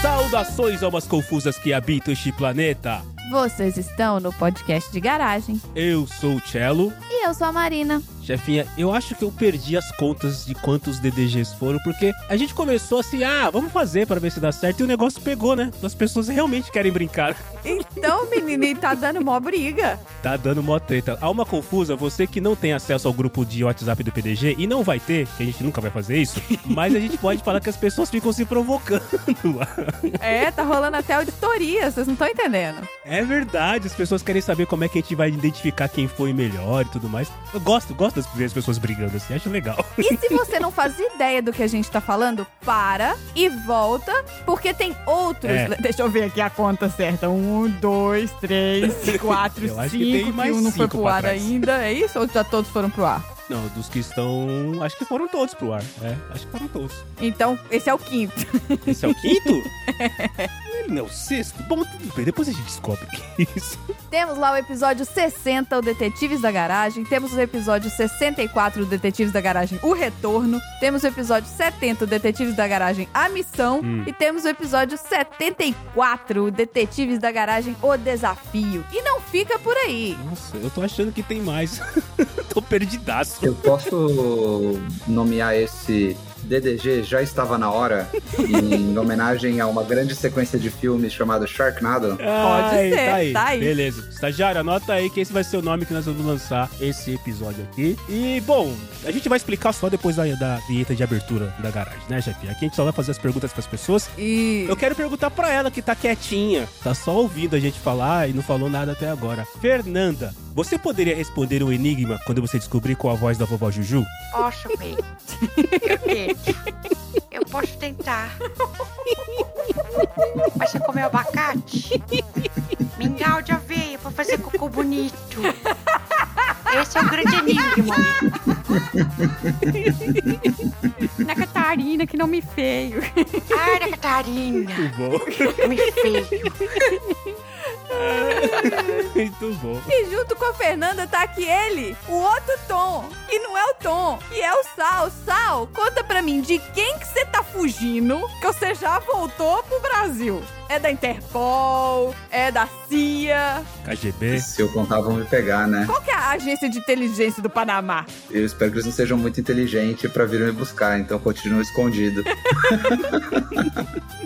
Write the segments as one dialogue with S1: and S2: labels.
S1: saudações, almas confusas que habitam este planeta.
S2: Vocês estão no podcast de garagem.
S1: Eu sou o Cello.
S2: E eu sou a Marina.
S1: Chefinha, eu acho que eu perdi as contas de quantos DDGs foram, porque a gente começou assim, ah, vamos fazer para ver se dá certo, e o negócio pegou, né? As pessoas realmente querem brincar.
S2: Então, menininho, tá dando mó briga.
S1: Tá dando mó treta. Alma confusa, você que não tem acesso ao grupo de WhatsApp do PDG, e não vai ter, que a gente nunca vai fazer isso, mas a gente pode falar que as pessoas ficam se provocando lá.
S2: É, tá rolando até auditoria, vocês não estão entendendo.
S1: É verdade, as pessoas querem saber como é que a gente vai identificar quem foi melhor e tudo mais. Eu gosto, gosto gosto de ver as pessoas brigando assim, acho legal.
S2: E se você não faz ideia do que a gente tá falando, para e volta, porque tem outros. É.
S3: Deixa eu ver aqui a conta certa. Um, dois, três, quatro, cinco. Que,
S2: mais que um não foi pro ar trás. ainda, é isso? Ou já todos foram pro ar?
S1: Não, dos que estão. Acho que foram todos pro ar. É, acho que foram todos.
S2: Então, esse é o quinto.
S1: Esse é o quinto? Ele é o sexto? Bom, tudo bem, depois a gente descobre o que é isso.
S2: Temos lá o episódio 60, o Detetives da Garagem. Temos o episódio 64, o Detetives da Garagem, o Retorno. Temos o episódio 70, o Detetives da Garagem, a Missão. Hum. E temos o episódio 74, o Detetives da Garagem, o Desafio. E não fica por aí.
S1: Nossa, eu tô achando que tem mais. tô perdidaço.
S4: Eu posso nomear esse DDG já estava na hora, em homenagem a uma grande sequência de filmes chamado Sharknado.
S1: Ah, Pode ser, tá aí. Tá aí. Beleza. Estagiário, anota aí que esse vai ser o nome que nós vamos lançar esse episódio aqui. E, bom, a gente vai explicar só depois da, da vinheta de abertura da garagem, né, Jeff? Aqui a gente só vai fazer as perguntas pras pessoas.
S2: E...
S1: Eu quero perguntar pra ela que tá quietinha, tá só ouvindo a gente falar e não falou nada até agora. Fernanda, você poderia responder um enigma quando você descobrir qual a voz da vovó Juju?
S5: Posso, bem. Eu tento. Eu posso tentar. Mas você comeu abacate? Mingau de aveia pra fazer cocô bonito. Esse é o grande enigma.
S3: Na Catarina, que não me feio.
S5: Ah, na Catarina.
S1: Muito bom.
S5: Me feio.
S1: Muito bom.
S2: E junto com a Fernanda tá aqui ele, o outro Tom, que não é o Tom, que é o Sal. Sal, conta pra mim, de quem que você tá fugindo que você já voltou pro Brasil? É da Interpol? É da CIA?
S1: KGB?
S4: Se eu contar, vão me pegar, né?
S2: Qual que é a agência de inteligência do Panamá?
S4: Eu espero que eles não sejam muito inteligentes pra vir me buscar, então continuo escondido.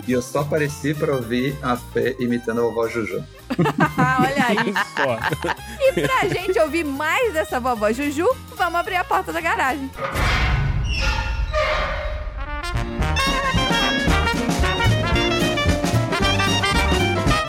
S4: e eu só apareci pra ouvir a Fê imitando a vovó Juju.
S2: Ah, Olha aí. e pra gente ouvir mais dessa vovó Juju, vamos abrir a porta da garagem.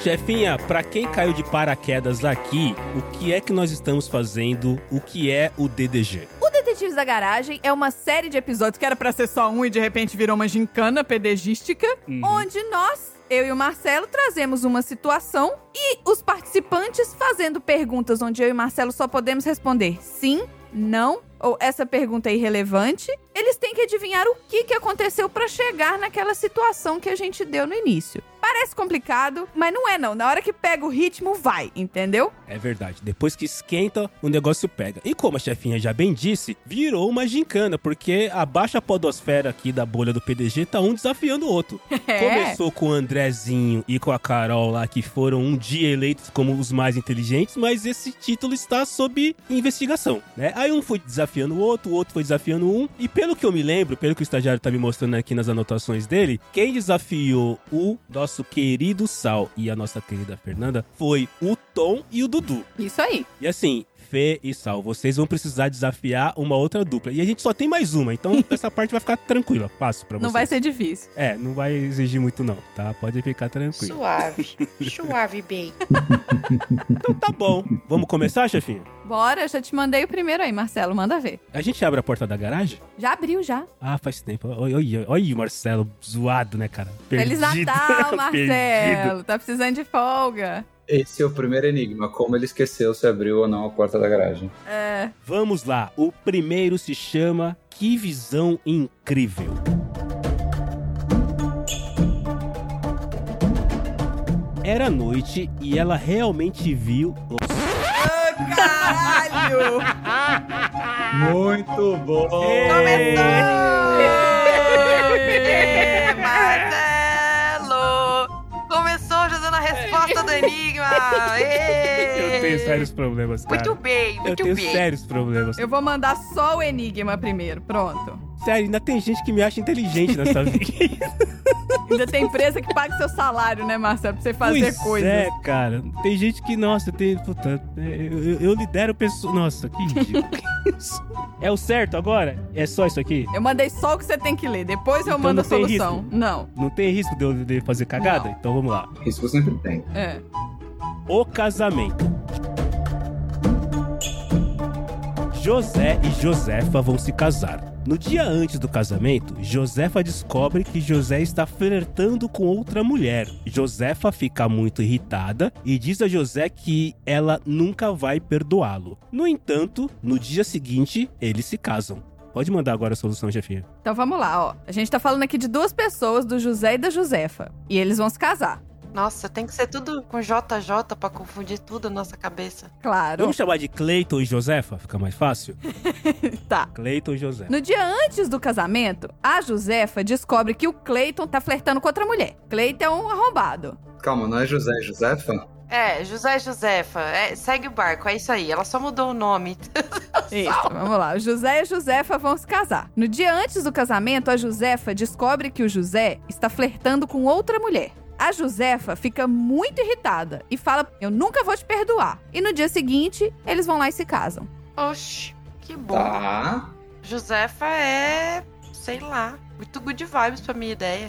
S1: Chefinha, para quem caiu de paraquedas aqui, o que é que nós estamos fazendo? O que é o DDG?
S2: O Detetives da Garagem é uma série de episódios que era para ser só um e de repente virou uma gincana pedegística, uhum. onde nós eu e o Marcelo trazemos uma situação e os participantes fazendo perguntas onde eu e o Marcelo só podemos responder sim, não ou essa pergunta é irrelevante, eles têm que adivinhar o que, que aconteceu para chegar naquela situação que a gente deu no início. Parece complicado, mas não é não. Na hora que pega o ritmo, vai, entendeu?
S1: É verdade. Depois que esquenta, o negócio pega. E como a chefinha já bem disse, virou uma gincana, porque a baixa podosfera aqui da bolha do PDG tá um desafiando o outro. É. Começou com o Andrezinho e com a Carol lá, que foram um dia eleitos como os mais inteligentes, mas esse título está sob investigação, né? Aí um foi desafiando o outro, o outro foi desafiando um, e pelo que eu me lembro, pelo que o estagiário tá me mostrando aqui nas anotações dele, quem desafiou o nosso nosso querido Sal e a nossa querida Fernanda foi o Tom e o Dudu.
S2: Isso aí.
S1: E assim, Fê e Sal, vocês vão precisar desafiar uma outra dupla. E a gente só tem mais uma, então essa parte vai ficar tranquila. Passo pra vocês.
S2: Não vai ser difícil.
S1: É, não vai exigir muito não, tá? Pode ficar tranquilo.
S5: Suave. Suave, bem.
S1: então tá bom. Vamos começar, chefinho?
S2: Bora, eu já te mandei o primeiro aí, Marcelo, manda ver.
S1: A gente abre a porta da garagem?
S2: Já abriu, já.
S1: Ah, faz tempo. Olha o Marcelo zoado, né, cara?
S2: Perdido. Feliz Natal, Marcelo. tá precisando de folga.
S4: Esse é o primeiro enigma. Como ele esqueceu se abriu ou não a porta da garagem.
S2: É.
S1: Vamos lá, o primeiro se chama Que Visão Incrível. Era noite e ela realmente viu.
S2: Ah, caralho!
S4: Muito bom!
S2: Ê,
S5: Marcelo! Começou já dando a resposta do enigma! Ê!
S1: Eu tenho sérios problemas, cara.
S5: Muito bem,
S1: Eu
S5: muito
S1: tenho
S5: bem.
S1: sérios problemas.
S2: Eu vou mandar só o enigma primeiro, pronto.
S1: Sério, ainda tem gente que me acha inteligente nessa vida.
S2: Ainda tem empresa que paga seu salário, né, Marcelo? Pra você fazer
S1: pois
S2: coisas.
S1: É, cara. Tem gente que, nossa, tem. Puta, é, eu, eu- eu lidero pessoas. Nossa, que ridículo. Que isso? é o certo agora? É só isso aqui?
S2: Eu mandei só o que você tem que ler, depois eu
S1: Então
S2: mando a
S1: não tem
S2: solução. Não,
S1: Não tem risco de eu de fazer cagada? Então vamos lá.
S4: Isso você sempre tem.
S2: é.
S1: O casamento. José e Josefa vão se casar. No dia antes do casamento, Josefa descobre que José está flertando com outra mulher. Josefa fica muito irritada e diz a José que ela nunca vai perdoá-lo. No entanto, no dia seguinte, eles se casam. Pode mandar agora a solução, chefinha.
S2: Então vamos lá, ó. A gente tá falando aqui de duas pessoas, do José e da Josefa. E eles vão se casar.
S5: Nossa, tem que ser tudo com JJ pra confundir tudo na nossa cabeça.
S2: Claro.
S1: Vamos chamar de Cleiton e Josefa? Fica mais fácil?
S2: Tá.
S1: Cleiton e José.
S2: No dia antes do casamento, a Josefa descobre que o Cleiton tá flertando com outra mulher. Cleiton é um arrombado.
S4: Calma, não é José e Josefa?
S5: É, José e Josefa, é, segue o barco, é isso aí. Ela só mudou o nome.
S2: Isso, vamos lá. O José e a Josefa vão se casar. No dia antes do casamento, a Josefa descobre que o José está flertando com outra mulher. A Josefa fica muito irritada e fala: Eu nunca vou te perdoar. E no dia seguinte, eles vão lá e se casam.
S5: Oxi, que bom.
S4: Tá.
S5: Josefa é, sei lá, muito good vibes pra minha ideia.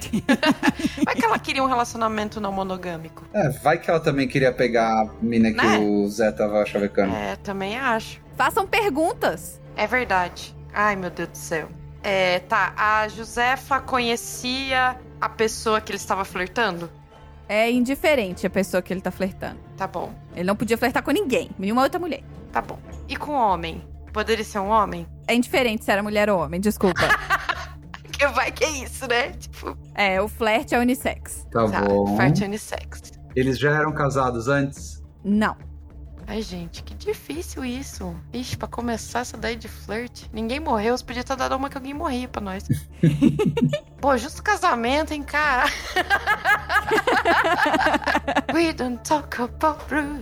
S5: Vai que ela queria um relacionamento não monogâmico.
S4: É, vai que ela também queria pegar a mina que
S5: Né?
S4: o Zé tava chavecando.
S5: É, também acho.
S2: Façam perguntas.
S5: É verdade. Ai, meu Deus do céu. É, tá, a Josefa conhecia a pessoa que ele estava flertando?
S2: É indiferente a pessoa que ele tá flertando.
S5: Tá bom,
S2: Ele não podia flertar com ninguém, nenhuma outra mulher.
S5: tá bom. E com homem? Poderia ser um homem?
S2: É indiferente se era mulher ou homem, desculpa.
S5: Que vai que é isso, né? Tipo,
S2: é, o flerte é unissex.
S4: Tá,
S5: tá,
S4: bom.
S5: flerte unissex.
S4: Eles já eram casados antes?
S2: Não.
S5: Ai, gente, que difícil isso. Ixi, pra começar essa daí de flerte. Ninguém morreu, você podia ter dado uma que alguém morria pra nós. Pô, justo casamento, hein, cara? We don't talk about Bruno.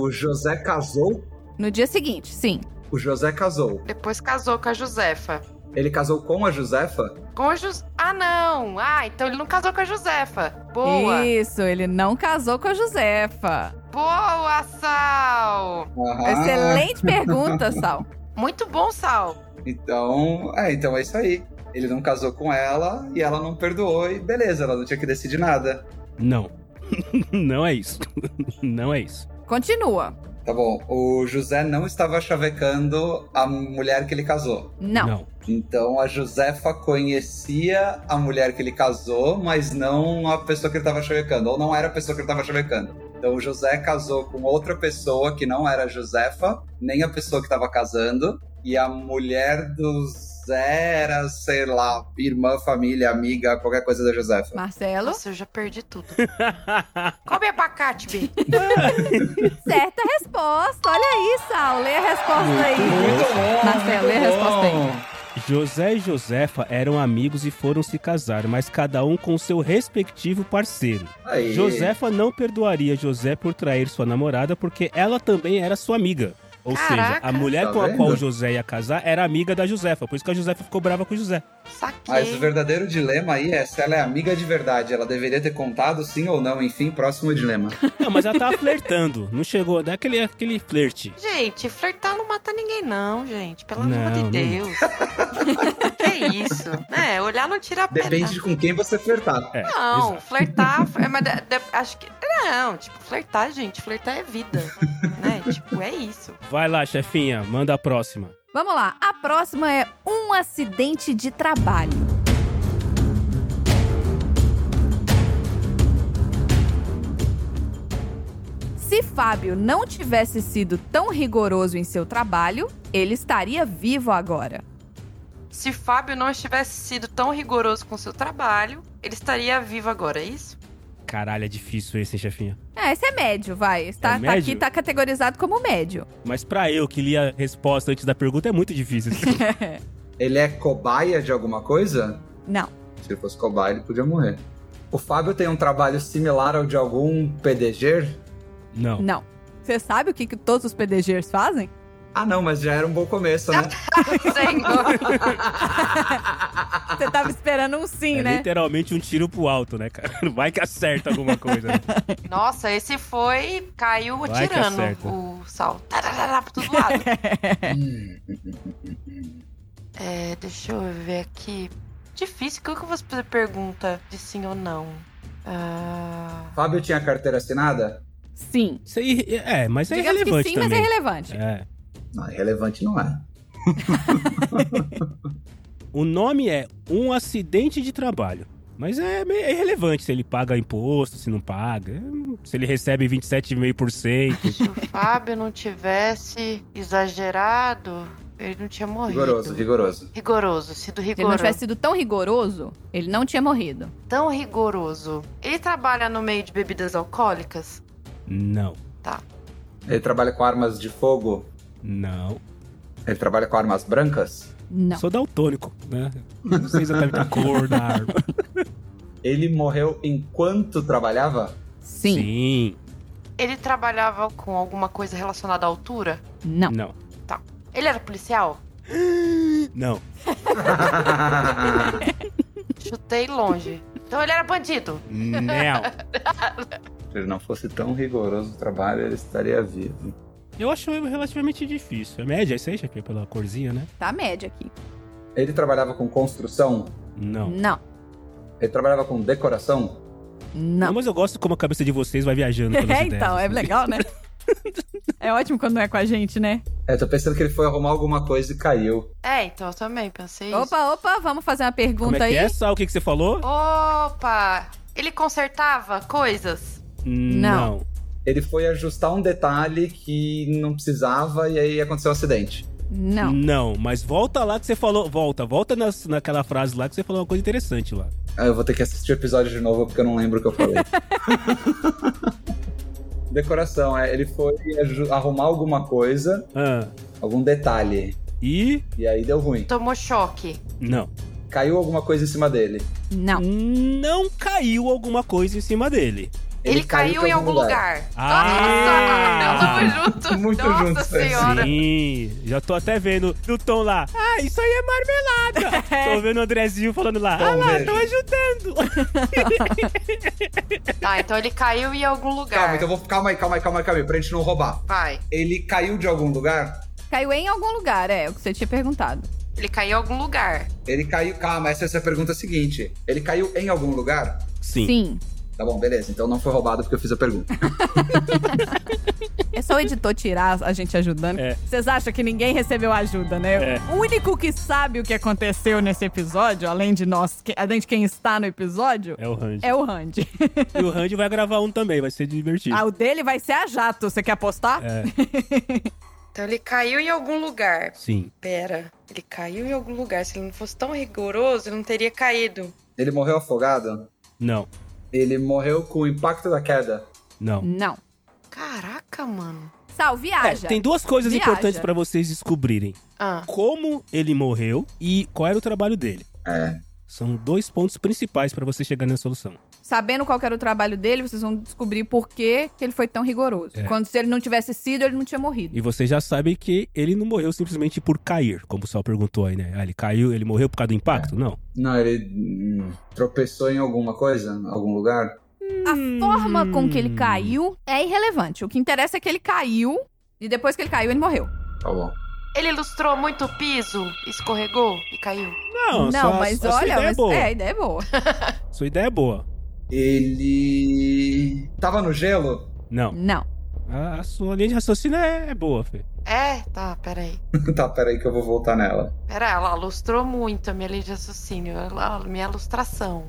S4: O José casou?
S2: No dia seguinte, sim.
S4: O José casou.
S5: Depois casou com a Josefa.
S4: Ele casou com a Josefa?
S5: Com a Jus... Ah, não! Ah, então ele não casou com a Josefa. Boa!
S2: Isso, ele não casou com a Josefa.
S5: Boa, Sal!
S4: Aham.
S2: Excelente pergunta, Sal.
S5: Muito bom, Sal.
S4: Então, é, então é isso aí. Ele não casou com ela e ela não perdoou e beleza, ela não tinha que decidir nada.
S1: Não. Não é isso. Não é isso.
S2: Continua.
S4: Tá bom, o José não estava chavecando a mulher que ele casou.
S2: Não.
S4: Então a Josefa conhecia a mulher que ele casou, mas não a pessoa que ele estava chavecando, ou não era a pessoa que ele estava chavecando. Então o José casou com outra pessoa que não era a Josefa, nem a pessoa que estava casando, e a mulher do Zé era, sei lá, irmã, família, amiga, qualquer coisa da Josefa.
S2: Marcelo,
S5: Nossa, eu já perdi tudo. Come abacate, Bi.
S2: certa resposta. Olha aí, Sal. Lê a resposta aí.
S4: Muito bom,
S2: Marcelo, lê a resposta aí.
S1: José e Josefa eram amigos e foram se casar, mas cada um com seu respectivo parceiro.
S4: Aí.
S1: Josefa não perdoaria José por trair sua namorada porque ela também era sua amiga. Ou seja,
S5: Caraca.
S1: a mulher
S4: Tá
S1: com a
S4: vendo?
S1: qual o José ia casar era amiga da Josefa, por isso que a Josefa ficou brava com o José.
S4: Mas
S5: Saquei.
S4: o verdadeiro dilema aí é se ela é amiga de verdade. Ela deveria ter contado sim ou não. Enfim, próximo dilema.
S1: Não, mas ela tava flertando, não chegou, não é aquele, aquele flerte.
S5: Gente, flertar não mata ninguém, não, gente. Pelo
S1: Não,
S5: amor de
S1: não.
S5: Deus. que isso? É, olhar não tira a pedra.
S4: Depende de com quem você flertar.
S1: É,
S5: Não,
S1: exato.
S5: flertar. é, mas de- de- acho que. Não, tipo, flertar, gente. Flertar é vida. né? Tipo, é isso.
S1: Vai lá, chefinha, manda a próxima.
S2: Vamos lá. A próxima é um acidente de trabalho. Fábio não tivesse sido tão rigoroso em seu trabalho, ele estaria vivo agora.
S5: Se Fábio não tivesse sido tão rigoroso com seu trabalho, ele estaria vivo agora, é isso?
S1: Caralho, é difícil esse, hein, chefinha?
S2: É, esse é médio, vai. Esse tá,
S1: É
S2: tá
S1: médio?
S2: aqui, tá categorizado como médio.
S1: Mas pra eu que li a resposta antes da pergunta é muito difícil.
S4: Ele é cobaia de alguma coisa?
S2: Não.
S4: Se ele fosse cobaia, ele podia morrer. O Fábio tem um trabalho similar ao de algum PDG?
S1: Não.
S2: Não. Você sabe o que, que todos os PDGs fazem?
S4: Ah, não, mas já era um bom começo, né?
S5: Senhor.
S2: Você tava esperando um sim,
S1: é
S2: né?
S1: literalmente um tiro pro alto, né, cara? Vai que acerta alguma coisa. né?
S5: Nossa, esse foi. Caiu
S1: Vai que é
S5: atirando
S1: acerta.
S5: o sal. Tararará, pra todo lado. é, deixa eu ver aqui. Difícil, como que você pergunta de sim ou não? Ah,
S4: Fábio tinha carteira assinada?
S2: Sim.
S1: Isso aí é, mas é
S2: Digamos que
S1: relevante
S2: sim,
S1: também.
S2: mas é relevante.
S1: É.
S4: Não, irrelevante não é.
S1: O nome é um acidente de trabalho. Mas é meio é irrelevante se ele paga imposto, se não paga. Se ele recebe 27,5%.
S5: se o Fábio não tivesse exagerado, ele não tinha morrido.
S4: Rigoroso, rigoroso.
S5: Rigoroso, sido
S2: Se ele não
S5: rigoroso.
S2: tivesse sido tão rigoroso, ele não tinha morrido.
S5: Tão rigoroso. Ele trabalha no meio de bebidas alcoólicas? Tá.
S1: não,
S4: Ele trabalha com armas de fogo?
S1: não.
S4: Ele trabalha com armas brancas?
S2: Não.
S1: Sou daltônico, né? Não sei exatamente a cor da arma.
S4: Ele morreu enquanto trabalhava?
S2: Sim.
S1: Sim.
S5: Ele trabalhava com alguma coisa relacionada à altura?
S2: Não.
S1: Não.
S5: Ele era policial?
S1: Não.
S5: Chutei longe. Então ele era bandido.
S1: Não.
S4: Se ele não fosse tão rigoroso no trabalho, ele estaria vivo.
S1: Eu acho relativamente difícil. É média, isso aí, Chefe, pela corzinha, né?
S2: Tá média aqui.
S4: Ele trabalhava com construção?
S1: Não.
S2: Não.
S4: Ele trabalhava com decoração?
S2: Não.
S1: Mas eu gosto como a cabeça de vocês vai viajando pelas
S2: É,
S1: ideias.
S2: então, é
S1: assim.
S2: legal, né? É ótimo quando não é com a gente, né?
S4: É, tô pensando que ele foi arrumar alguma coisa e caiu.
S5: É, então eu também pensei isso.
S2: Opa, opa, vamos fazer uma
S1: Como
S2: pergunta
S1: é que
S2: aí.
S1: é, Sal? O que, que você falou?
S5: Opa! Ele consertava coisas?
S2: Não.
S4: Ele foi ajustar um detalhe que não precisava e aí aconteceu um acidente.
S1: Não.
S2: Não.
S1: Não, mas volta lá que você falou. Volta, volta nas- naquela frase lá que você falou uma coisa interessante lá.
S4: Ah, eu vou ter que assistir o episódio de novo porque eu não lembro o que eu falei. Decoração, é. Ele foi aju- arrumar alguma coisa,
S1: Ah,
S4: algum detalhe.
S1: e.
S4: E aí deu ruim.
S5: Tomou choque.
S1: Não.
S4: Caiu alguma coisa em cima dele.
S2: Não.
S1: Não caiu alguma coisa em cima dele.
S5: Ele, caiu, em algum lugar.
S1: Ah!
S5: Nossa, eu tamo junto. é,
S4: Muito
S5: Nossa
S4: junto,
S5: senhora.
S1: Sim, já tô até vendo do Tom lá. Ah, isso aí é marmelada. tô vendo o Andrezinho falando lá. ah lá,
S4: beijo.
S1: tô ajudando.
S5: Tá, então ele caiu em algum lugar.
S4: Calma, então eu vou. Calma aí, calma aí, calma aí, calma aí, pra gente não roubar.
S5: Vai.
S4: Ele caiu de algum lugar?
S2: Caiu em algum lugar, é, o que você tinha perguntado.
S5: Ele caiu em algum lugar.
S4: Ele caiu. Calma, essa é a pergunta seguinte. Ele caiu em algum lugar?
S1: Sim.
S2: Sim.
S4: Tá bom, beleza. Então não foi roubado porque eu fiz a pergunta.
S2: É só o editor tirar a gente ajudando.
S1: É.
S2: Vocês acham que ninguém recebeu ajuda, né?
S1: É.
S3: O único que sabe o que aconteceu nesse episódio, além de nós, que- além de quem está no episódio,
S1: É o Randy.
S3: é o Randy.
S1: E o Randy vai gravar um também, vai ser divertido.
S3: Ah, o dele vai ser a jato. Você quer apostar?
S1: É,
S5: Então ele caiu em algum lugar.
S1: sim.
S5: Pera, ele caiu em algum lugar. Se ele não fosse tão rigoroso, ele não teria caído.
S4: Ele morreu afogado?
S1: Não,
S4: Ele morreu com o impacto da queda.
S1: não.
S2: Não.
S5: Caraca, mano.
S2: Sal,
S1: É,
S2: viaja.
S1: tem duas coisas
S2: Viaja.
S1: importantes pra vocês descobrirem:
S5: Ah,
S1: como ele morreu e qual era o trabalho dele.
S4: É.
S1: São dois pontos principais pra você chegar na solução.
S2: Sabendo qual que era o trabalho dele, vocês vão descobrir por que, que ele foi tão rigoroso.
S1: É.
S2: Quando se ele não tivesse sido, ele não tinha morrido.
S1: E vocês já sabem que ele não morreu simplesmente por cair, como o Sal perguntou aí, né? Ah, ele caiu, ele morreu por causa do impacto? Não.
S4: Não, ele hum, tropeçou em alguma coisa, em algum lugar.
S1: Hum.
S2: A forma com que ele caiu é irrelevante. O que interessa é que ele caiu e depois que ele caiu, ele morreu.
S4: Tá bom.
S5: ele ilustrou muito o piso, escorregou e caiu.
S1: Não, só-
S2: mas
S1: a sua
S2: olha,
S1: ideia é
S2: mas-
S1: boa.
S2: a ideia é boa.
S1: Sua ideia é boa.
S4: Ele tava no gelo?
S1: Não.
S2: Não.
S1: A, a sua linha de raciocínio é, é boa, Fê.
S5: É, tá, peraí.
S4: tá, peraí que eu vou voltar nela.
S5: Pera, ela ilustrou muito a minha lei de raciocínio, ela- a minha ilustração.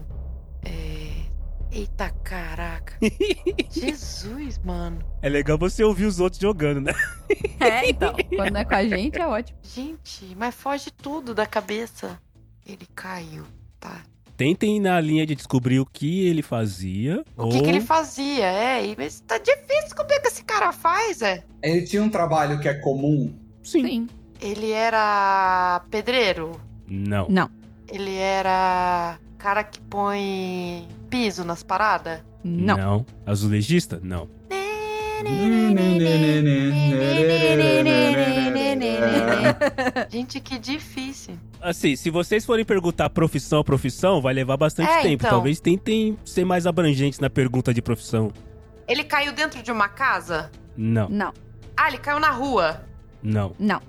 S5: É, Eita caraca. Jesus, mano.
S1: É legal você ouvir os outros jogando, né?
S2: É, então. Quando é com a gente, é ótimo.
S5: Gente, mas foge tudo da cabeça. Ele caiu, tá?
S1: Tentem ir na linha de descobrir o que ele fazia.
S5: O que, que ele fazia? É, e- mas tá difícil como é que esse cara faz, é?
S4: Ele tinha um trabalho que é comum.
S1: Sim.
S2: Sim.
S5: Ele era pedreiro.
S1: Não.
S5: Ele era cara que põe piso nas paradas.
S2: Não.
S1: Azulejista? Não.
S5: Gente, que difícil.
S1: Assim, se vocês forem perguntar profissão a profissão, vai levar bastante
S5: É,
S1: tempo.
S5: então.
S1: Talvez tentem ser mais abrangentes na pergunta de profissão.
S5: Ele caiu dentro de uma casa?
S1: Não,
S2: Não.
S5: Ah, ele caiu na rua.
S1: não.
S2: Não.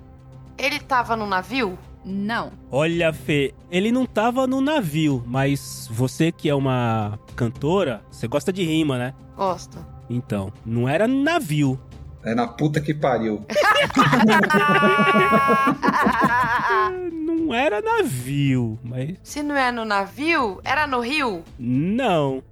S5: Ele tava num navio?
S2: Não.
S1: Olha, Fê, ele não tava no navio, mas você que é uma cantora, você gosta de rima, né?
S5: Gosto.
S1: Então, não era navio.
S4: É na puta que pariu.
S1: Não era navio, mas.
S5: Se não é no navio, era no rio?
S1: Não.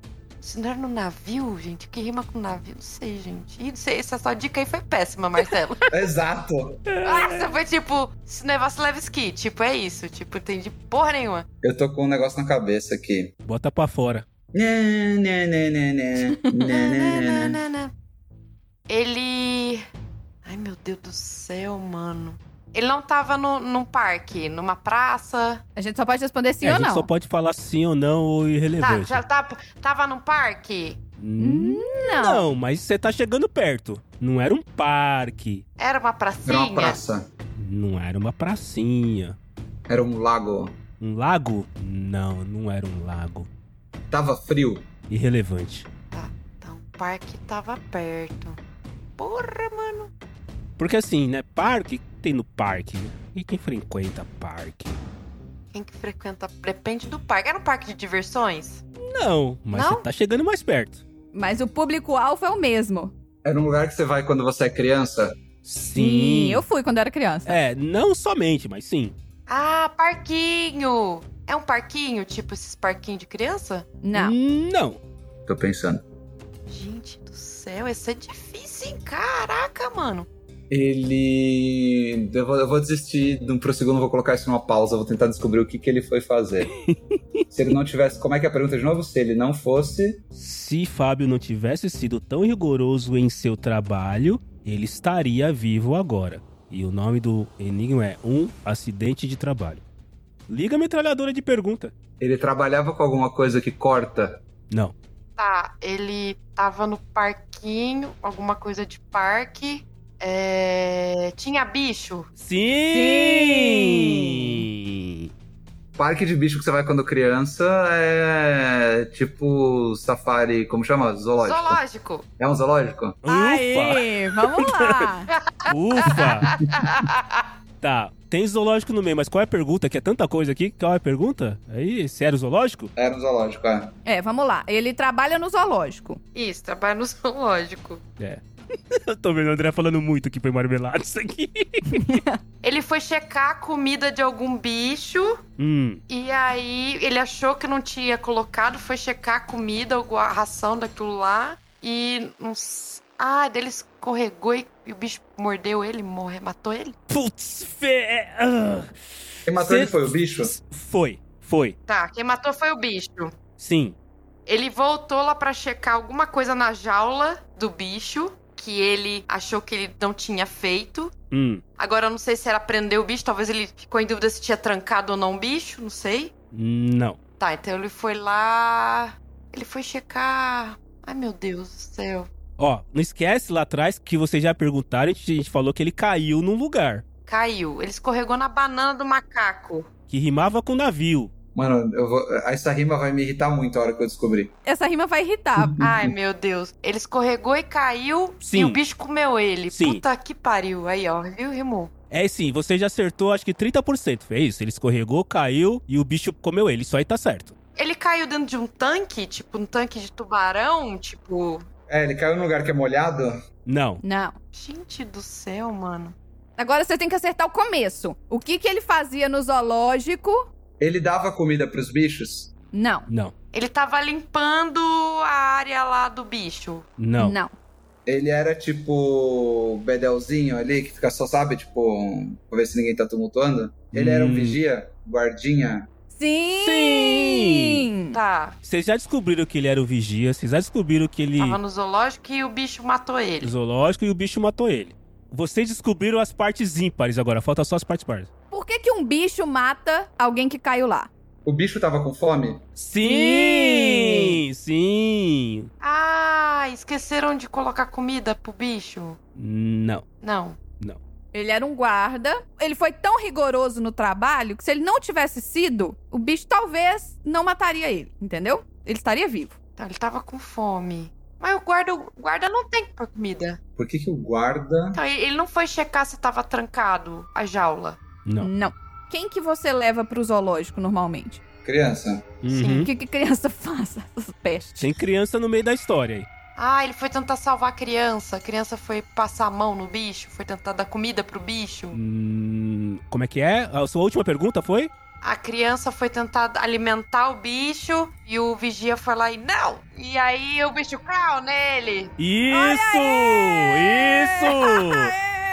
S5: Se não era no navio, gente, o que rima com navio? Não sei, gente. E não sei, essa sua dica aí foi péssima, Marcelo.
S4: Exato.
S5: ah, você foi tipo, se negócio leva ski. Tipo, é isso. Tipo, entendi porra nenhuma.
S4: Eu tô com um negócio na cabeça aqui.
S1: Bota pra fora.
S4: Né, né, né, né, né. Né, né, né, né.
S5: Nananana. Ele. Ai, meu Deus do céu, mano. Ele não tava no, num parque, numa praça.
S2: A gente só pode responder sim
S1: É, a
S2: ou
S1: gente
S2: não.
S1: só pode falar sim ou não ou
S5: Tá,
S1: irrelevante.
S5: já tá, tava num parque.
S1: Hum,
S2: Não.
S1: Não, mas você tá chegando perto. Não era um parque.
S5: Era uma pracinha.
S4: Era uma praça.
S1: Não era uma pracinha.
S4: Era um lago.
S1: Um lago? Não, não era um lago.
S4: Tava frio.
S1: Irrelevante.
S5: Então, o parque tava perto. Porra, mano.
S1: Porque assim, né? Parque tem no parque. né? E quem frequenta parque?
S5: Quem que frequenta? Depende do parque. Era um parque de diversões?
S1: Não, mas
S5: Não?
S1: você tá chegando mais perto.
S2: Mas o público-alvo é o mesmo.
S4: Era um lugar que você vai quando você é criança.
S1: Sim.
S2: eu fui quando era criança.
S1: É, não somente, mas sim.
S5: Ah, parquinho! É um parquinho, tipo esses parquinhos de criança?
S2: Não.
S1: Não.
S4: Tô pensando.
S5: Gente do céu, esse é difícil, hein? Caraca, mano.
S4: Ele. Eu vou, eu vou desistir do- pro segundo, vou colocar isso numa pausa, vou tentar descobrir o que, que ele foi fazer. se ele não tivesse. Como é que é a pergunta de novo? Se ele não fosse.
S1: Se Fábio não tivesse sido tão rigoroso em seu trabalho, ele estaria vivo agora. E o nome do enigma é Um Acidente de Trabalho. Liga a metralhadora de pergunta.
S4: Ele trabalhava com alguma coisa que corta.
S1: Não.
S5: Tá, ele tava no parquinho, alguma coisa de parque. É... Tinha bicho?
S1: Sim!
S4: Parque de bicho que você vai quando criança é tipo safari, como chama? Zoológico.
S5: Zoológico.
S4: É um zoológico?
S1: Ufa!
S2: Aí, vamos lá.
S1: Ufa! Tá, tem zoológico no meio, mas qual é a pergunta? Que é tanta coisa aqui, qual é a pergunta? Aí, se era o zoológico?
S4: Era um zoológico, é.
S2: É, vamos lá. Ele trabalha no zoológico.
S5: Isso, trabalha no zoológico.
S1: Eu tô vendo o André falando muito aqui pra marmelada isso aqui.
S5: Ele foi checar a comida de algum bicho
S1: Hum,
S5: E aí ele achou que não tinha colocado, foi checar a comida, ou a ração daquilo lá. E não. s- Ah, dele escorregou e, e o bicho mordeu ele, morre, matou ele?
S1: putz, fé... ah.
S4: Quem matou ele
S1: Cê-
S4: foi o bicho?
S1: Foi, foi,
S5: Tá, quem matou foi o bicho.
S1: sim.
S5: Ele voltou lá pra checar alguma coisa na jaula do bicho que ele achou que ele não tinha feito.
S1: Hum,
S5: Agora eu não sei se era prender o bicho, talvez ele ficou em dúvida se tinha trancado ou não o bicho, não sei.
S1: não.
S5: Tá, então ele foi lá. Ele foi checar. Ai meu Deus do céu.
S1: Ó, não esquece lá atrás que vocês já perguntaram, a gente, a gente falou que ele caiu num lugar
S5: Caiu. Ele escorregou na banana do macaco.
S1: que rimava com navio.
S4: Mano, eu vou... essa rima vai me irritar muito a hora que eu descobrir.
S2: Essa rima vai irritar.
S5: Ai, meu Deus. Ele escorregou e caiu.
S1: Sim.
S5: E o bicho comeu ele.
S1: Sim.
S5: Puta que pariu. Aí, ó. Viu, rimou?
S1: É sim, você já acertou acho que 30%, foi isso. Ele escorregou, caiu e o bicho comeu ele, isso aí tá certo.
S5: Ele caiu dentro de um tanque, tipo um tanque de tubarão, tipo.
S4: É, ele caiu num lugar que é molhado?
S1: Não,
S2: Não.
S5: Gente do céu, mano.
S2: Agora você tem que acertar o começo. O que que ele fazia no zoológico?
S4: Ele dava comida pros bichos?
S2: Não.
S1: não.
S5: Ele tava limpando a lá do bicho?
S1: Não.
S2: Não.
S4: Ele era tipo Bedelzinho ali, que fica só, sabe, tipo, um- pra ver se ninguém tá tumultuando. Ele era um
S1: Hum.
S4: vigia, guardinha.
S2: Sim!
S1: Sim!
S5: Tá.
S1: Vocês já descobriram que ele era o vigia, vocês já descobriram que ele
S5: Tava no zoológico e o bicho matou ele.
S1: zoológico e o bicho matou ele. Vocês descobriram as partes ímpares agora, falta só as partes pares.
S2: Por que, que um bicho mata alguém que caiu lá?
S4: O bicho tava com fome?
S1: Sim! Sim!
S5: Ah, esqueceram de colocar comida pro bicho?
S1: Não.
S5: Não.
S2: Ele era um guarda. Ele foi tão rigoroso no trabalho que se ele não tivesse sido, o bicho talvez não mataria ele, entendeu? Ele estaria vivo.
S5: Então, ele tava com fome. Mas o guarda, o guarda não tem que pôr comida.
S4: Por que que o guarda...
S5: Então, ele ele não foi checar se tava trancado a jaula.
S1: Não.
S2: Quem que você leva pro zoológico normalmente?
S4: Criança.
S1: Uhum.
S2: O que, que criança faz? Essas pestes.
S1: Tem criança no meio da história aí.
S5: Ah, ele foi tentar salvar a criança. A criança foi passar a mão no bicho, foi tentar dar comida pro bicho.
S1: Hum, como é que é? A sua última pergunta foi?
S5: A criança foi tentar alimentar o bicho e o vigia foi lá e não! E aí o bicho caiu nele.
S1: Isso! Isso!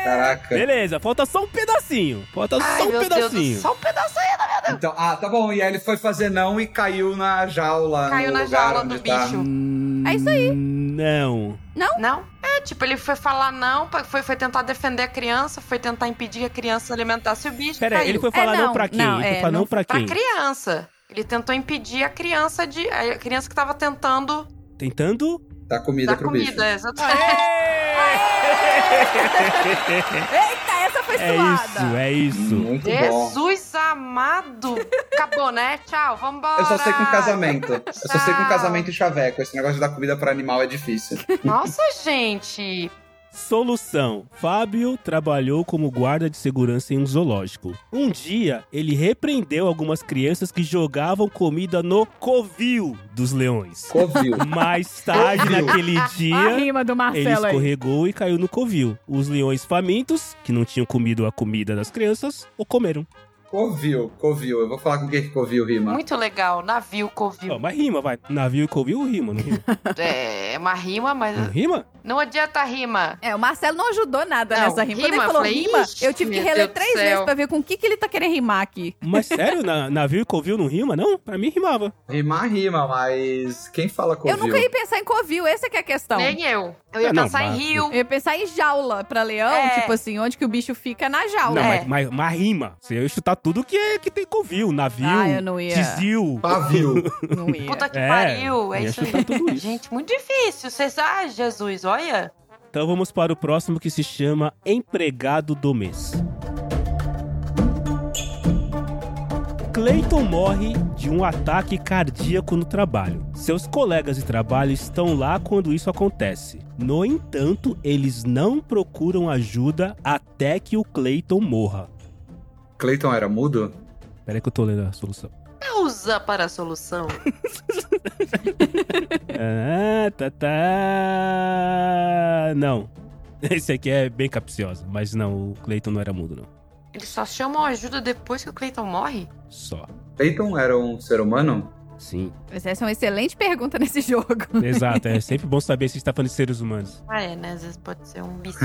S4: Caraca.
S1: Beleza, falta só um pedacinho. Falta
S5: Ai,
S1: só um
S5: meu Deus,
S1: pedacinho.
S5: do- só um pedacinho.
S4: Então, ah, tá bom. E aí ele foi fazer não e caiu na jaula.
S5: Caiu
S4: no
S5: na
S4: lugar
S5: jaula
S4: onde
S5: do
S4: tá.
S5: bicho.
S2: É isso aí.
S1: Hum, Não.
S5: Não? É, tipo, ele foi falar não, pa- foi, foi tentar defender a criança, foi tentar impedir que a criança alimentasse o bicho.
S1: Pera aí,
S5: caiu.
S1: ele foi falar
S2: É,
S1: não,
S2: não,
S1: pra quem?
S2: não,
S1: ele foi
S2: é,
S1: falar não,
S2: não-
S1: pra
S5: pra
S1: quem?
S5: criança. Ele tentou impedir a criança de. A criança que tava tentando
S1: Tentando?
S4: Tá comida
S5: dar
S4: pro bicho.
S5: comida, exatamente.
S2: Eita, Tá, essa foi
S1: É
S2: suada.
S1: isso, é isso.
S4: Muito bom.
S5: Jesus amado! Acabou, né? Tchau, vambora!
S4: Eu só sei com casamento. Eu só sei com casamento e chaveco. Esse negócio de dar comida pra animal é difícil.
S5: Nossa, gente!
S1: Solução. Fábio trabalhou como guarda de segurança em um zoológico. Um dia, ele repreendeu algumas crianças que jogavam comida no covil dos leões.
S4: Covil.
S1: Mais tarde
S4: Covil.
S1: naquele
S3: A
S1: dia,
S3: rima do
S1: ele
S3: Marcelo aí.
S1: escorregou e caiu no covil. Os leões famintos, que não tinham comido a comida das crianças, o comeram.
S4: Covil, covil. Eu vou falar com quem que covil rima.
S5: Muito legal, navio,
S1: Ó,
S5: covil.
S1: mas rima, vai. Navio e covil rima, não Uhum. rima?
S5: É uma rima, mas
S1: Não rima?
S5: não adianta a rima.
S2: É, o Marcelo não ajudou nada
S5: Não,
S2: nessa rima. Quando ele
S5: rima,
S2: falou
S5: eu falei,
S2: rima,
S5: "Ixi,
S2: eu tive que
S5: meu
S2: reler
S5: Deus do
S2: três
S5: céu."
S2: vezes pra ver com o que, que ele tá querendo rimar aqui.
S1: Mas sério, na- navio e covil não rima, não? Pra mim rimava.
S4: Rimar rima, mas quem fala covil?
S2: Eu nunca ia pensar em covil, essa que é a questão.
S5: Nem eu. Eu ia
S1: Ah, não,
S5: pensar em
S1: mas-
S5: rio.
S2: Eu ia pensar em jaula pra leão,
S5: É.
S2: tipo assim, onde que o bicho fica na
S1: Não,
S2: jaula. É.
S1: mas, mas, mas rima. Você ia chutar tudo que, é- que tem covil. Navio,
S2: Ah, eu não ia.
S1: desvio.
S4: Pavio.
S2: Não ia.
S5: Puta que
S1: É,
S5: pariu, é
S1: ia
S5: isso
S1: chutar
S5: aí.
S1: tudo isso.
S5: Gente, muito difícil. Vocês... Ah, Jesus, olha.
S1: Então vamos para o próximo que se chama Empregado do Mês. Clayton morre de um ataque cardíaco no trabalho. Seus colegas de trabalho estão lá quando isso acontece. No entanto, eles não procuram ajuda até que o Clayton morra.
S4: Clayton era mudo?
S1: Peraí que eu tô lendo a solução.
S5: Pausa para a solução.
S1: Ah, tá, tá. Não. Esse aqui é bem capciosa, mas não, o Clayton não era mudo, não.
S5: Eles só chamam ajuda depois que o Cleiton morre?
S1: Só.
S4: Clayton era um ser humano?
S1: Sim.
S2: Mas essa é uma excelente pergunta nesse jogo.
S1: Exato, é sempre bom saber se está falando de seres humanos.
S5: Ah, é, né? Às vezes pode ser um bicho.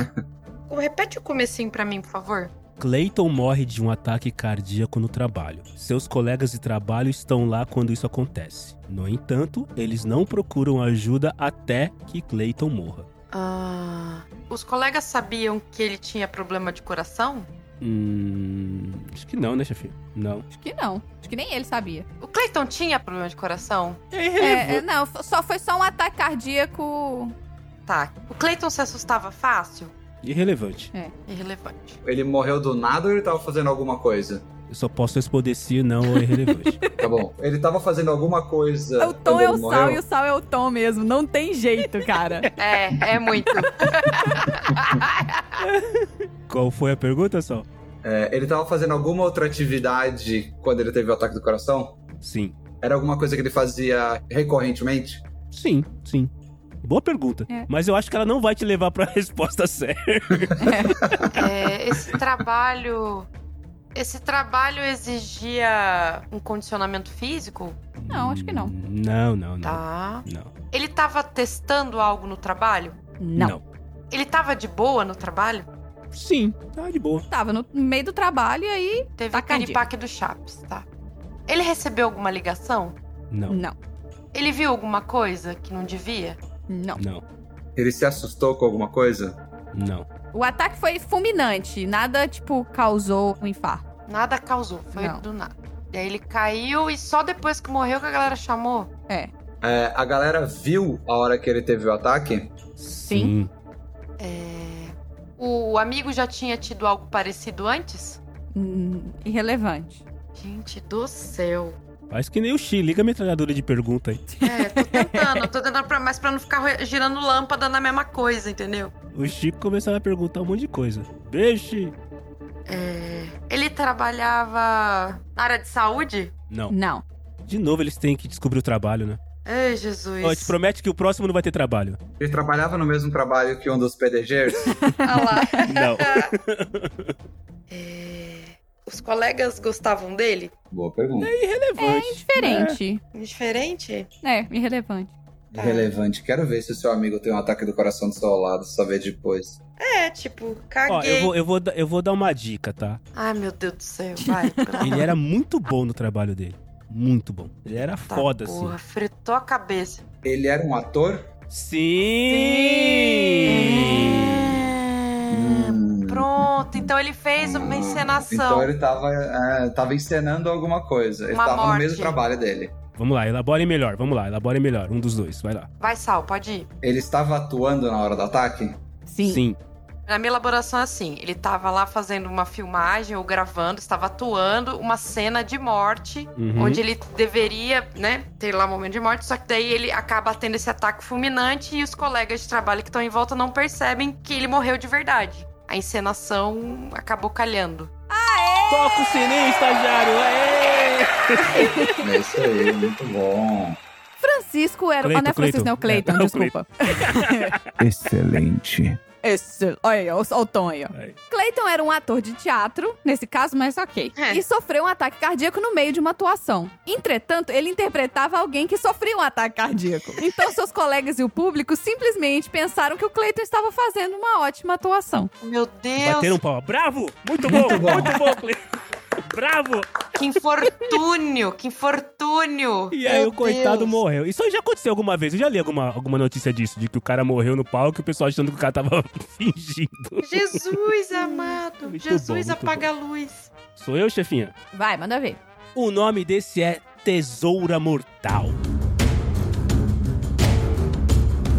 S5: Repete o comecinho pra mim, por favor.
S1: Clayton morre de um ataque cardíaco no trabalho. Seus colegas de trabalho estão lá quando isso acontece. No entanto, eles não procuram ajuda até que Clayton morra.
S5: Ah, os colegas sabiam que ele tinha problema de coração?
S1: Hum. Acho que não, né, chefe? Não.
S2: Acho que não. Acho que nem ele sabia.
S5: O Cleiton tinha problema de coração?
S1: É
S2: É, é, não, f- só foi só um ataque cardíaco.
S5: Tá. O Cleiton se assustava fácil?
S1: Irrelevante.
S5: Irrelevante.
S4: Ele morreu do nada ou ele tava fazendo alguma coisa?
S1: Eu só posso responder se não ou é irrelevante.
S4: Tá bom. Ele tava fazendo alguma coisa.
S2: o tom
S4: quando
S2: é
S4: ele
S2: o
S4: morreu?
S2: sal e o sal é o tom mesmo. Não tem jeito, cara.
S5: É, é muito.
S1: Qual foi a pergunta, Sol?
S4: É, ele tava fazendo alguma outra atividade quando ele teve o ataque do coração?
S1: Sim.
S4: Era alguma coisa que ele fazia recorrentemente?
S1: Sim, sim. Boa pergunta.
S2: É.
S1: Mas eu acho que ela não vai te levar pra resposta certa.
S5: É, esse trabalho. Esse trabalho exigia um condicionamento físico?
S2: Não, acho que não.
S1: Não, não, não.
S5: Tá.
S1: Não.
S5: Ele tava testando algo no trabalho?
S3: Não.
S5: Ele tava de boa no trabalho?
S1: Sim, tá de boa.
S2: Tava no meio do trabalho e aí.
S5: Teve
S2: Tá
S5: o piripaque do Chaps, tá. Ele recebeu alguma ligação?
S1: Não,
S2: Não,
S5: Ele viu alguma coisa que não devia?
S2: não.
S1: não,
S4: Ele se assustou com alguma coisa?
S1: não.
S2: O ataque foi fulminante. Nada, tipo, causou um infarto.
S5: Nada causou, foi
S2: Não.
S5: do nada. Daí ele caiu e só depois que morreu que a galera chamou.
S4: É, a galera viu a hora que ele teve o ataque?
S2: Sim.
S1: Hum.
S5: É, O amigo já tinha tido algo parecido antes?
S2: Hum, irrelevante.
S5: Gente do céu.
S1: Faz que nem o Xi, liga a metralhadora de pergunta aí.
S5: É, tô tentando, tô tentando, pra, mas pra não ficar re- girando lâmpada na mesma coisa, entendeu?
S1: O Chico começava a perguntar um monte de coisa. Beijo, Xi.
S5: É, Ele trabalhava na área de saúde?
S1: Não.
S2: Não.
S1: De novo eles têm que descobrir o trabalho, né?
S5: Ai, Jesus.
S1: Ó, te promete que o próximo não vai ter trabalho.
S4: Ele trabalhava no mesmo trabalho que um dos PDGs?
S5: Ah lá.
S1: Não.
S5: É, Os colegas gostavam dele?
S4: Boa pergunta.
S1: É Relevante.
S2: Diferente.
S5: Indiferente?
S2: É, irrelevante.
S5: Tá.
S4: Relevante. Quero ver se o seu amigo tem um ataque do coração do seu lado, só ver depois.
S5: É, tipo,
S1: Ó, eu
S5: caguei.
S1: vou, eu, vou, da- eu vou dar uma dica, tá?
S5: Ai, meu Deus do céu, vai. pelo
S1: Ele era muito bom no trabalho dele. Muito bom. Ele era
S5: Tá,
S1: foda, assim.
S5: porra, fritou a cabeça.
S4: Ele era um ator?
S1: Sim!
S4: Hum.
S5: É. Pronto, então ele fez uma
S4: Ah,
S5: encenação.
S4: Então ele tava, é, tava encenando alguma coisa. Ele
S5: Uma
S4: tava no
S5: morte.
S4: mesmo trabalho dele.
S1: Vamos lá, elaborem melhor. Vamos lá, elaborem melhor. Um dos dois, vai lá.
S5: Vai, Sal, pode ir.
S4: Ele estava atuando na hora do ataque?
S3: Sim.
S5: Na minha elaboração, é assim, ele tava lá fazendo uma filmagem ou gravando, estava atuando uma cena de morte,
S1: Uhum.
S5: onde ele deveria, né, ter lá um momento de morte, só que daí ele acaba tendo esse ataque fulminante e os colegas de trabalho que estão em volta não percebem que ele morreu de verdade. A encenação acabou calhando.
S1: Toca o sininho, estagiário! Aê!
S4: É isso aí, muito bom.
S2: Francisco era.
S1: Cleiton,
S2: ah, não é
S1: Cleiton.
S2: Francisco, não, Cleiton,
S1: É, não,
S2: desculpa.
S4: Excelente.
S3: Esse, olha aí, ó, o, o Tom aí, ó.
S2: Clayton era um ator de teatro, nesse caso, mas ok.
S5: É.
S2: E sofreu um ataque cardíaco no meio de uma atuação. Entretanto, ele interpretava alguém que sofria um ataque cardíaco. Então, seus colegas e o público simplesmente pensaram que o Clayton estava fazendo uma ótima atuação.
S5: Meu Deus,
S1: Bateram um pau. Bravo! Muito bom!
S4: Muito bom.
S1: Muito bom, Cleiton! Bravo!
S5: que infortúnio, que infortúnio.
S1: E aí
S5: Meu
S1: o coitado
S5: Deus.
S1: morreu. Isso aí já aconteceu alguma vez. Eu já li alguma, alguma notícia disso, de que o cara morreu no palco e o pessoal achando que o cara tava fingindo.
S5: Jesus amado,
S1: Muito
S5: Jesus
S1: bom, muito
S5: apaga a luz.
S1: Sou eu, chefinha?
S2: Vai, manda ver.
S1: O nome desse é Tesoura Mortal.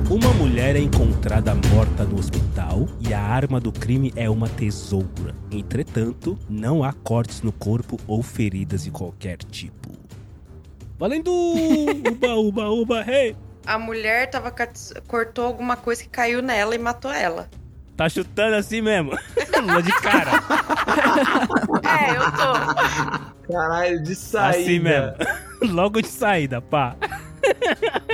S1: Uma mulher é encontrada morta no hospital e a arma do crime é uma tesoura. Entretanto, não há cortes no corpo ou feridas de qualquer tipo. Valendo! Uba, uba, uba, hey!
S5: A mulher tava cat- cortou alguma coisa que caiu nela e matou ela.
S1: Tá chutando assim mesmo? Lua de cara.
S5: É, eu tô.
S4: Caralho, de saída.
S1: Assim mesmo. Logo de saída, pá.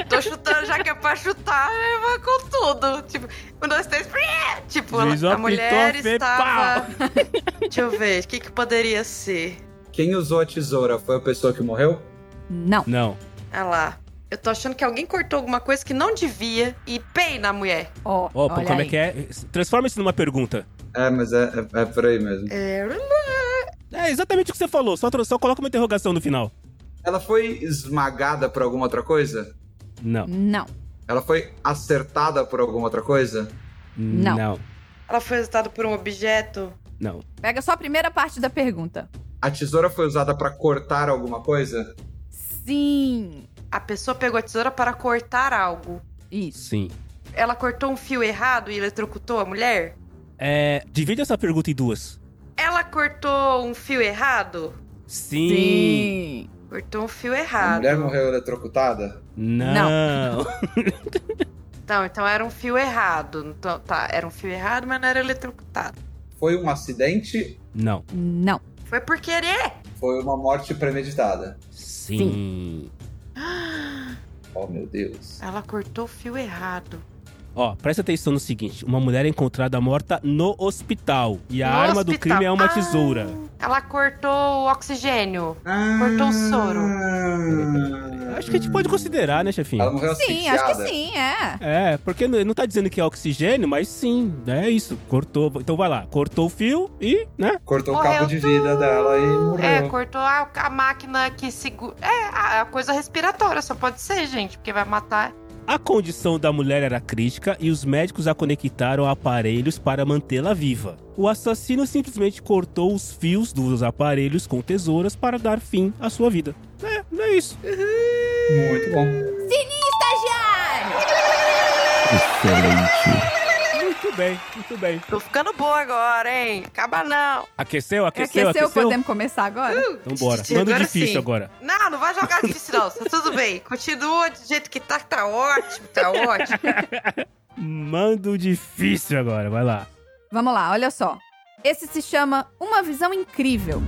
S5: Tô chutando já que é pra chutar, eu vou com tudo. Tipo, um, dois, três. prrê! Tipo, ela-
S1: Juizou,
S5: a mulher
S1: apitou, fez
S5: estava. Deixa eu ver, o que que poderia ser?
S4: Quem usou a tesoura foi a pessoa que morreu?
S2: Não.
S1: Não.
S5: Ah lá. Eu tô achando que alguém cortou alguma coisa que não devia e pei na mulher.
S2: Ó,
S1: Ó,
S2: olha
S1: como é
S2: aí.
S1: que é? Transforma isso numa pergunta.
S4: É, mas é, é, é por aí mesmo.
S5: É,
S1: É exatamente o que você falou, só, só coloca uma interrogação no final.
S4: Ela foi esmagada por alguma outra coisa?
S1: Não.
S2: Não.
S4: Ela foi acertada por alguma outra coisa?
S2: Não.
S1: Não.
S5: ela foi resultado por um objeto.
S1: Não.
S2: Pega só a primeira parte da pergunta.
S4: A tesoura foi usada pra cortar alguma coisa?
S2: Sim.
S5: A pessoa pegou a tesoura para cortar algo.
S2: Isso.
S1: Sim.
S5: Ela cortou um fio errado e eletrocutou a mulher?
S1: É, divide essa pergunta em duas.
S5: Ela cortou um fio errado?
S1: Sim.
S5: Cortou um fio
S4: A
S5: errado.
S4: mulher morreu eletrocutada?
S1: Não.
S5: Então, então era um fio errado. Então, tá, era um fio errado, mas não era eletrocutado.
S4: Foi um acidente?
S1: Não.
S2: Não.
S5: Foi por querer!
S4: Foi uma morte premeditada?
S1: Sim.
S4: Oh, meu Deus.
S5: Ela cortou o fio errado.
S1: Ó, presta atenção no seguinte: uma mulher é encontrada morta no hospital. E a
S5: No
S1: arma do
S5: hospital.
S1: crime é uma
S5: Ah.
S1: tesoura.
S5: Ela cortou o oxigênio.
S4: Ah,
S5: Cortou um o soro.
S1: Peraí, peraí, peraí. Acho que a gente pode considerar, né, chefinho?
S4: Ela morreu
S2: Sim,
S4: asfixiada.
S2: acho que sim, é.
S1: É, porque não não tá dizendo que é oxigênio, mas sim, né, é isso. Cortou. Então vai lá, cortou o fio e, né?
S4: Cortou o
S5: Morreu
S4: cabo de vida
S5: tudo.
S4: dela e morreu.
S5: É, cortou a, a máquina que segura. É, a, a coisa respiratória, só pode ser, gente, porque vai matar.
S1: A condição da mulher era crítica e os médicos a conectaram a aparelhos para mantê-la viva. O assassino simplesmente cortou os fios dos aparelhos com tesouras para dar fim à sua vida. É, é isso.
S4: Muito bom.
S2: Estagiário!
S6: Excelente.
S1: Muito bem, muito bem.
S5: Tô ficando boa agora, hein? Acaba não.
S1: Aqueceu, aqueceu,
S2: Aqueceu,
S1: aqueceu.
S2: podemos começar agora?
S1: Então bora.
S5: Agora
S1: Manda difícil
S5: sim.
S1: agora.
S5: Não, não vai jogar difícil, não. Tá tudo bem. Continua do jeito que tá, que tá ótimo, tá ótimo.
S1: Mando difícil agora, vai lá.
S2: Vamos lá, olha só. Esse se chama Uma Visão Incrível.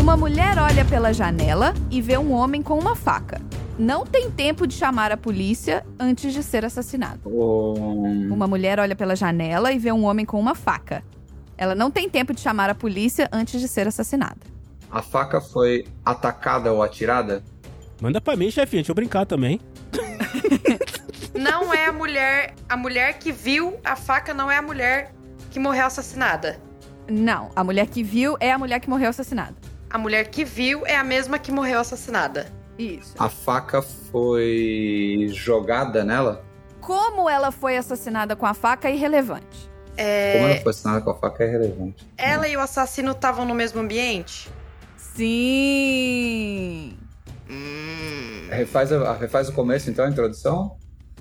S2: Uma mulher olha pela janela e vê um homem com uma faca. Não tem tempo de chamar a polícia antes de ser assassinado.
S4: O-
S2: Uma mulher olha pela janela e vê um homem com uma faca. Ela não tem tempo de chamar a polícia antes de ser assassinada.
S4: A faca foi atacada ou atirada?
S1: Manda pra mim, chefinha, deixa eu brincar também.
S5: Não é a mulher. A mulher que viu a faca não é a mulher que morreu assassinada.
S2: Não, a mulher que viu é a mulher que morreu assassinada.
S5: A mulher que viu é a mesma que morreu assassinada.
S2: Isso.
S4: A faca foi jogada nela?
S2: Como ela foi assassinada com a faca é irrelevante.
S4: Como
S5: É,
S4: ela foi assinada com a faca é relevante.
S5: ela e o assassino estavam no mesmo ambiente?
S2: Sim.
S4: Refaz, a- refaz o começo, então, a introdução?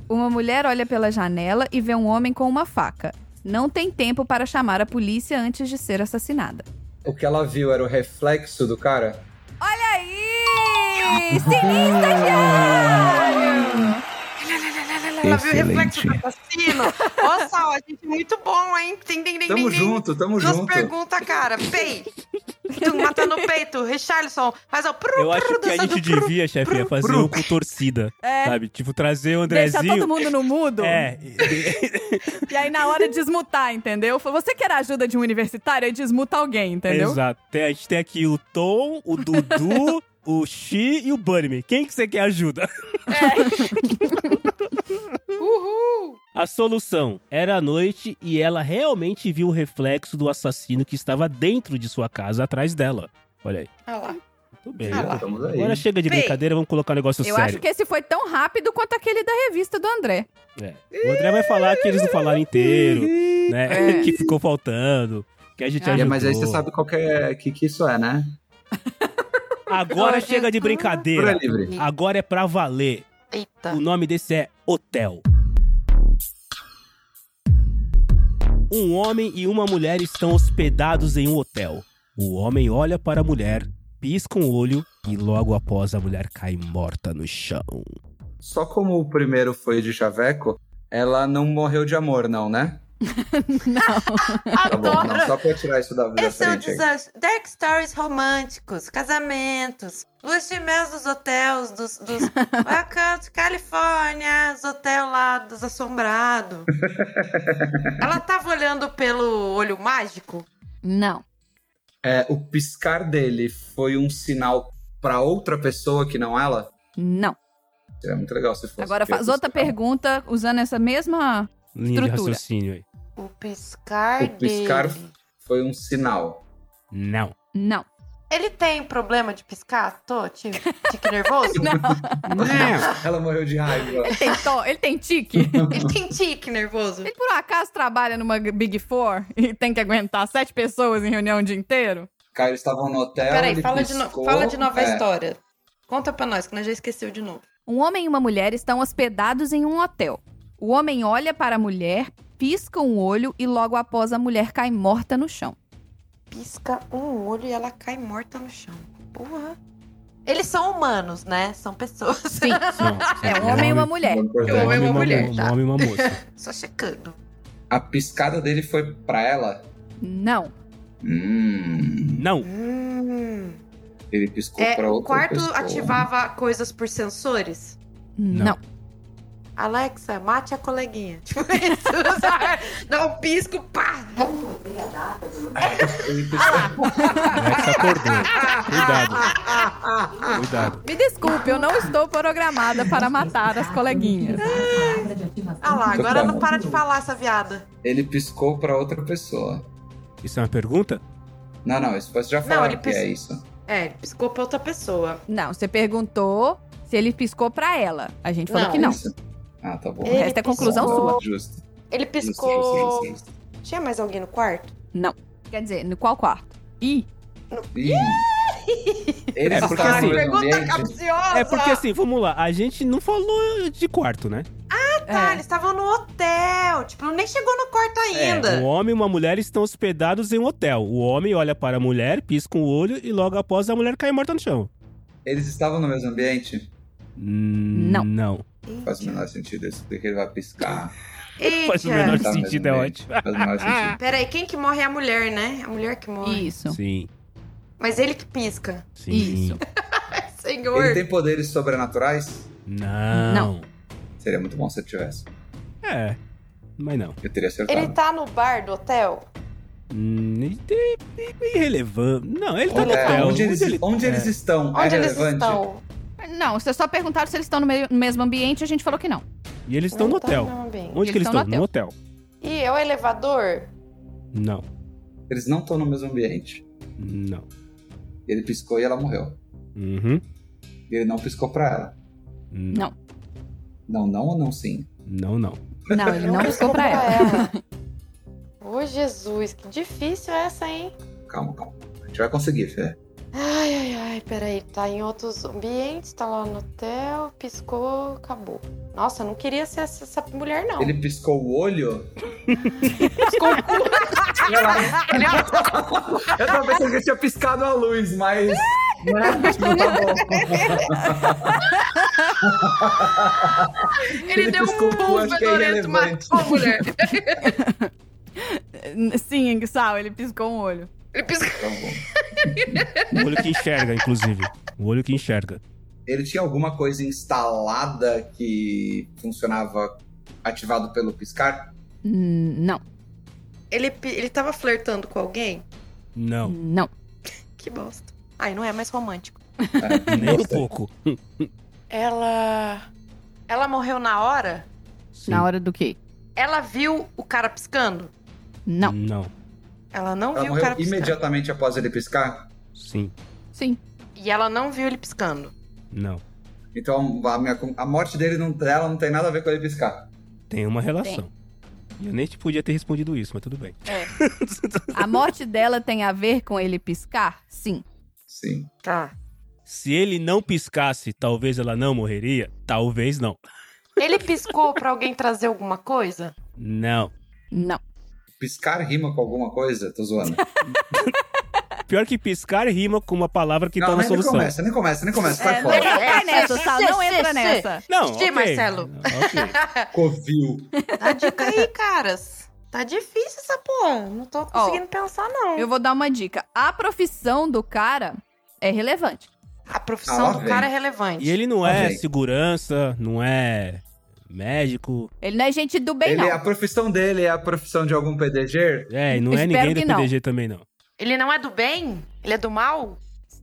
S2: Uma mulher olha pela janela e vê um homem com uma faca. Não tem tempo para chamar a polícia antes de ser assassinada.
S4: O que ela viu era o reflexo do cara?
S2: Olha aí!
S1: Uhum.
S2: Sinistra, Diário!
S5: Ela viu o reflexo do
S6: Excelente.
S5: assassino. Olha só, a gente é muito bom, hein? Tim, tim, tim, tim,
S4: Tamo
S5: tim.
S4: junto, tamo
S5: Duas
S4: junto.
S5: perguntas, cara. Pei. Tu matando o peito. Richarlison. Faz o pru,
S1: Eu acho
S5: pru,
S1: que a
S5: dançando
S1: gente
S5: pru.
S1: devia, chefinha, fazer um com torcida. Sabe? Tipo, trazer o
S3: Deixar todo
S1: Andrezinho.
S3: mundo no mudo.
S1: É,
S3: E aí, na hora, desmutar, entendeu? Fala, Você quer a ajuda de um universitário? Aí desmuta alguém, entendeu?
S1: exato. Tem- a gente tem aqui o Tom, o Dudu, o Xi e o Bunnyman. Quem que você quer ajuda?
S5: Uhul.
S1: A solução era a noite e ela realmente viu o reflexo do assassino que estava dentro de sua casa atrás dela. Olha aí.
S5: Olha lá.
S1: Muito bem.
S5: Ah lá.
S4: Estamos aí.
S1: Agora chega de
S5: Bem,
S1: brincadeira, vamos colocar um negócio
S2: Eu
S1: sério.
S2: acho que esse foi tão rápido quanto aquele da revista do André.
S1: É. O André vai falar que eles não falaram inteiro, né?
S2: É.
S1: que ficou faltando, que a gente
S2: É,
S1: ajudou.
S4: É, mas aí você sabe qual que, é, que, que isso é, né?
S1: Agora chega de
S4: Por
S1: brincadeira.
S4: livre.
S1: Agora é pra valer.
S5: Eita.
S1: O nome desse é Hotel. Um homem e uma mulher estão hospedados em um hotel. O homem olha para a mulher, pisca um olho e logo após a mulher cai morta no chão.
S4: Só como o primeiro foi de chaveco, ela não morreu de amor, não, né? Tá bom, não,
S5: Adoro.
S4: só pra tirar isso da, da
S5: Esse é o
S4: frente aí.
S5: desastre. Dark stories românticos, casamentos, luz de mel dos hotéis, dos, dos Welcome to Califórnia, os hotéis lá dos assombrados. Ela tava olhando pelo olho mágico?
S2: Não.
S4: É, o piscar dele foi um sinal pra outra pessoa que não ela?
S2: Não.
S4: Seria muito legal se fosse.
S2: Agora
S4: porque
S2: faz
S4: eu-
S2: outra pergunta usando essa mesma.
S1: Linha de
S2: Estrutura.
S1: raciocínio aí.
S5: O piscar
S4: O piscar-
S5: dele.
S4: Foi um sinal.
S1: Não.
S2: Não.
S5: Ele tem problema de piscar? Tô, tipo, tique nervoso?
S2: Não.
S4: Ela morreu de raiva.
S2: Ele tem, to... Ele tem tique.
S5: Ele tem tique
S4: É
S5: nervoso.
S2: Ele por um acaso trabalha numa Big Four e tem que aguentar sete pessoas em reunião o dia inteiro?
S4: Cara, eles estavam no hotel.
S5: Peraí,
S4: ele
S5: fala de, no-
S4: piscou,
S5: fala de novo a
S4: é,
S5: história. Conta pra nós, que nós já esqueceu de novo.
S2: Um homem e uma mulher estão hospedados em um hotel. O homem olha para a mulher, pisca um olho e logo após a mulher cai morta no chão.
S5: pisca um olho e ela cai morta no chão. Porra. Eles são humanos, né? São pessoas.
S2: Sim.
S1: Não.
S2: É um homem e uma mulher.
S5: Eu
S1: Um
S5: amo
S1: homem e uma
S5: mulher,
S1: mo-
S5: tá?
S1: Um homem e uma moça.
S5: Só checando.
S4: A piscada dele foi pra ela?
S2: Não.
S4: Hum.
S1: Não.
S5: Hum.
S4: Ele piscou
S5: É,
S4: pra
S5: o
S4: outra
S5: quarto
S4: pessoa.
S5: ativava coisas por sensores?
S2: Não.
S5: Alexa, mate a coleguinha. Tipo isso, sabe? Dá um pisco, pá! Ah,
S4: Ele pisca-
S1: Alex é acordou. Cuidado. Cuidado.
S2: Me desculpe, eu não estou programada para matar as coleguinhas.
S5: Ah lá, agora não para de falar essa viada.
S4: Ele piscou pra outra pessoa.
S1: Isso é uma pergunta?
S4: Não, não, isso vocês já
S5: Não,
S4: falaram
S5: ele
S4: que é
S5: pis-
S4: isso.
S5: É, ele piscou pra outra pessoa.
S2: Não, você perguntou se ele piscou pra ela. A gente falou
S5: Não.
S2: que não.
S4: É Isso? Ah, tá bom.
S2: O resto é conclusão
S5: piscou-
S2: sua.
S4: Justo.
S5: Ele
S4: Justo,
S5: piscou.
S4: justo, justo,
S5: Tinha mais alguém no quarto?
S2: Quer dizer, no qual quarto? Ih,
S4: justo. Ih. Eles
S1: É, porque
S4: estavam
S1: assim-
S4: no mesmo
S5: Pergunta
S4: ambiente?
S5: capciosa!
S1: É porque assim, vamos lá, a gente não falou de quarto, né?
S5: Tá,
S2: é.
S5: eles estavam no hotel. Tipo, nem chegou no quarto
S1: É, um
S5: ainda.
S1: homem e uma mulher estão hospedados em um hotel. O homem olha para a mulher, pisca o olho e logo após a mulher cai morta no chão.
S4: Eles estavam no mesmo ambiente?
S1: Não. Não.
S4: Faz o menor sentido isso, porque ele vai piscar.
S1: Faz o
S5: Eita.
S1: menor
S4: Tá, mas
S1: sentido, é
S4: bem.
S1: ótimo.
S4: Faz o menor sentido.
S5: Peraí, quem que morre é a mulher, né? A mulher que morre.
S2: isso.
S1: Sim.
S5: Mas ele que pisca.
S1: Sim.
S2: Isso.
S5: Senhor.
S4: Ele tem poderes sobrenaturais?
S1: Não.
S4: Seria muito bom se eu tivesse.
S1: É. Mas não.
S4: Eu teria acertado.
S5: Ele tá no bar do hotel?
S1: Hum, ele tem- é bem relevante. Não, ele tá no
S4: Onde, é?
S1: hotel.
S4: Onde eles,
S1: ele-
S4: onde eles
S1: é.
S4: estão?
S5: Onde
S4: é
S5: eles
S4: relevante?
S5: estão?
S2: Não, vocês só perguntaram se eles estão no, meio- no mesmo ambiente e a gente falou que não.
S1: E eles estão no
S5: Não tá
S1: hotel.
S5: mesmo ambiente.
S1: Onde que eles estão? No hotel.
S5: Ih, é o elevador?
S1: Não.
S4: Eles não estão no mesmo ambiente.
S1: Não.
S4: Ele piscou e ela morreu.
S1: Uhum.
S4: E ele não piscou pra ela.
S1: Não.
S4: Não, não ou não sim?
S1: Não, não.
S2: Não, ele não piscou pra ela.
S5: ela. Ô, Jesus, que difícil é essa, hein?
S4: Calma, calma. A gente vai conseguir, Fê.
S5: Ai, ai, ai, peraí. Tá em outros ambientes, tá lá no hotel, piscou, acabou. Nossa, eu não queria ser essa, essa mulher, não.
S4: Ele piscou o olho?
S5: piscou o cu.
S2: né?
S5: né?
S4: Eu tava pensando que ele tinha piscado a luz, mas. né? Tipo, tá bom.
S5: Ele,
S4: Ele
S5: deu
S4: piscou
S5: um
S4: o cu,
S5: pulo
S4: acho que é
S5: fedorento,
S4: irrelevante.
S5: matou a mulher.
S2: é um-
S3: Sim, Sal, ele piscou um olho.
S5: Ele piscou.
S4: Tá bom.
S1: O olho que enxerga, inclusive. O olho que enxerga.
S4: Ele tinha alguma coisa instalada que funcionava ativado pelo piscar?
S2: Hum, Não,
S5: Ele, pi- ele tava flertando com alguém?
S1: Não.
S2: não.
S5: Que bosta. Ai, não é mais romântico.
S4: É,
S1: Nem um
S4: gostei.
S1: pouco.
S5: Ela. Ela morreu na hora?
S1: Sim.
S2: Na hora do quê?
S5: Ela viu o cara piscando?
S2: Não.
S1: Não.
S5: Ela não
S4: Ela
S5: viu o cara
S4: morreu
S5: piscando.
S4: imediatamente após ele piscar?
S1: Sim.
S2: Sim.
S5: E ela não viu ele piscando.
S1: Não.
S4: Então a, minha- a morte dele não, dela não tem nada a ver com ele piscar.
S1: Tem uma relação. E Eu nem te podia ter respondido isso, mas tudo bem.
S2: A morte dela tem a ver com ele piscar? Sim.
S4: Sim.
S5: Tá.
S1: Se ele não piscasse, talvez ela não morreria? Talvez não.
S5: Ele piscou pra alguém trazer alguma coisa?
S1: Não.
S2: Não.
S4: Piscar rima com alguma coisa? Tô zoando.
S1: Pior que piscar rima com uma palavra que tá na
S4: mas nem
S1: solução.
S4: começa, nem começa, nem começa. Sai
S2: É, não
S4: fora.
S2: entra
S5: É,
S2: nessa, Sal, não
S5: é,
S2: entra
S5: é,
S2: nessa.
S1: Não,
S5: Sim,
S1: ok.
S5: Marcelo.
S1: Ok.
S5: é.
S4: Covil.
S5: Dá dica aí, caras. Tá difícil essa porra. Não tô conseguindo pensar, não.
S2: Eu vou dar uma dica. A profissão do cara é relevante.
S5: A profissão
S4: Ah,
S5: do
S4: vem.
S5: cara é relevante.
S1: E ele não é
S4: Ok.
S1: segurança, não é médico.
S2: Ele não é gente do bem,
S4: Ele-
S2: não.
S4: a profissão dele é a profissão de algum PDG?
S1: É, e não é
S2: Espero
S1: ninguém
S2: que
S1: do
S2: não.
S1: PDG também, não.
S5: Ele não é do bem? Ele é do mal?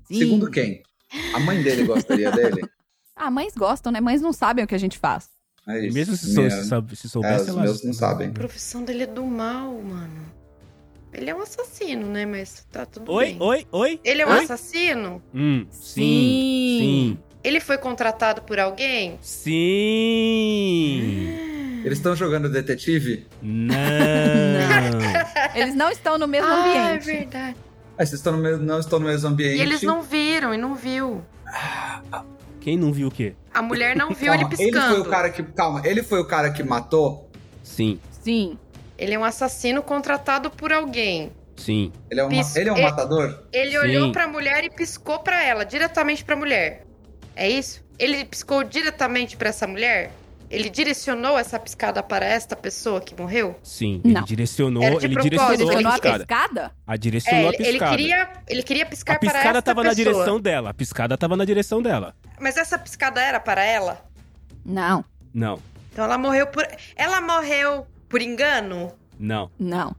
S2: Sim.
S4: Segundo quem? A mãe dele gostaria dele?
S2: Ah, mães gostam, né? Mães não sabem o que a gente faz.
S4: É isso.
S1: Mesmo se,
S4: Minha- é,
S1: sou, se, sab- se soubesse,
S4: os
S1: ela-
S4: meus não sabem.
S5: A profissão dele é do mal, mano. Ele é um assassino, né? Mas tá tudo
S1: Oi,
S5: bem.
S1: oi, oi.
S5: Ele é um
S1: Oi?
S5: assassino?
S1: Hum, sim, sim,
S5: Ele foi contratado por alguém?
S1: sim.
S4: Eles estão jogando detetive?
S1: Não.
S2: Eles não estão no mesmo
S5: Ah, é
S2: ambiente.
S5: verdade.
S4: Ah, vocês estão no mesmo, não estão no mesmo ambiente.
S5: E eles não viram, e não viu.
S1: Quem não viu o quê?
S5: A mulher não viu ele
S4: Calma,
S5: piscando.
S4: foi o cara que. Calma, ele foi o cara que matou?
S1: Sim,
S2: Sim.
S5: Ele é um assassino contratado por alguém.
S1: sim,
S4: Ele é um, ma-
S5: Isso,
S4: ele é um
S5: é-
S4: matador?
S5: Ele
S1: Sim.
S5: olhou pra mulher e piscou pra ela, diretamente pra mulher. É isso? Ele piscou diretamente pra essa mulher? Ele direcionou essa piscada para esta pessoa que morreu?
S1: sim.
S2: Não.
S1: Ele direcionou,
S5: Era de
S1: ele
S5: propósito,
S1: direcionou
S5: ele
S1: a
S2: Direcionou a
S1: piscada.
S2: pescada?
S1: A
S5: É,
S1: direcionou
S5: ele,
S1: a
S5: ele
S1: piscada.
S5: queria, ele queria piscar
S1: a
S5: para esta
S1: piscada tava na
S5: pessoa.
S1: direção dela. A piscada tava na direção dela.
S5: Mas essa piscada era para ela?
S2: Não.
S1: Não.
S5: Então ela morreu por. Ela morreu por engano?
S1: Não.
S2: Não.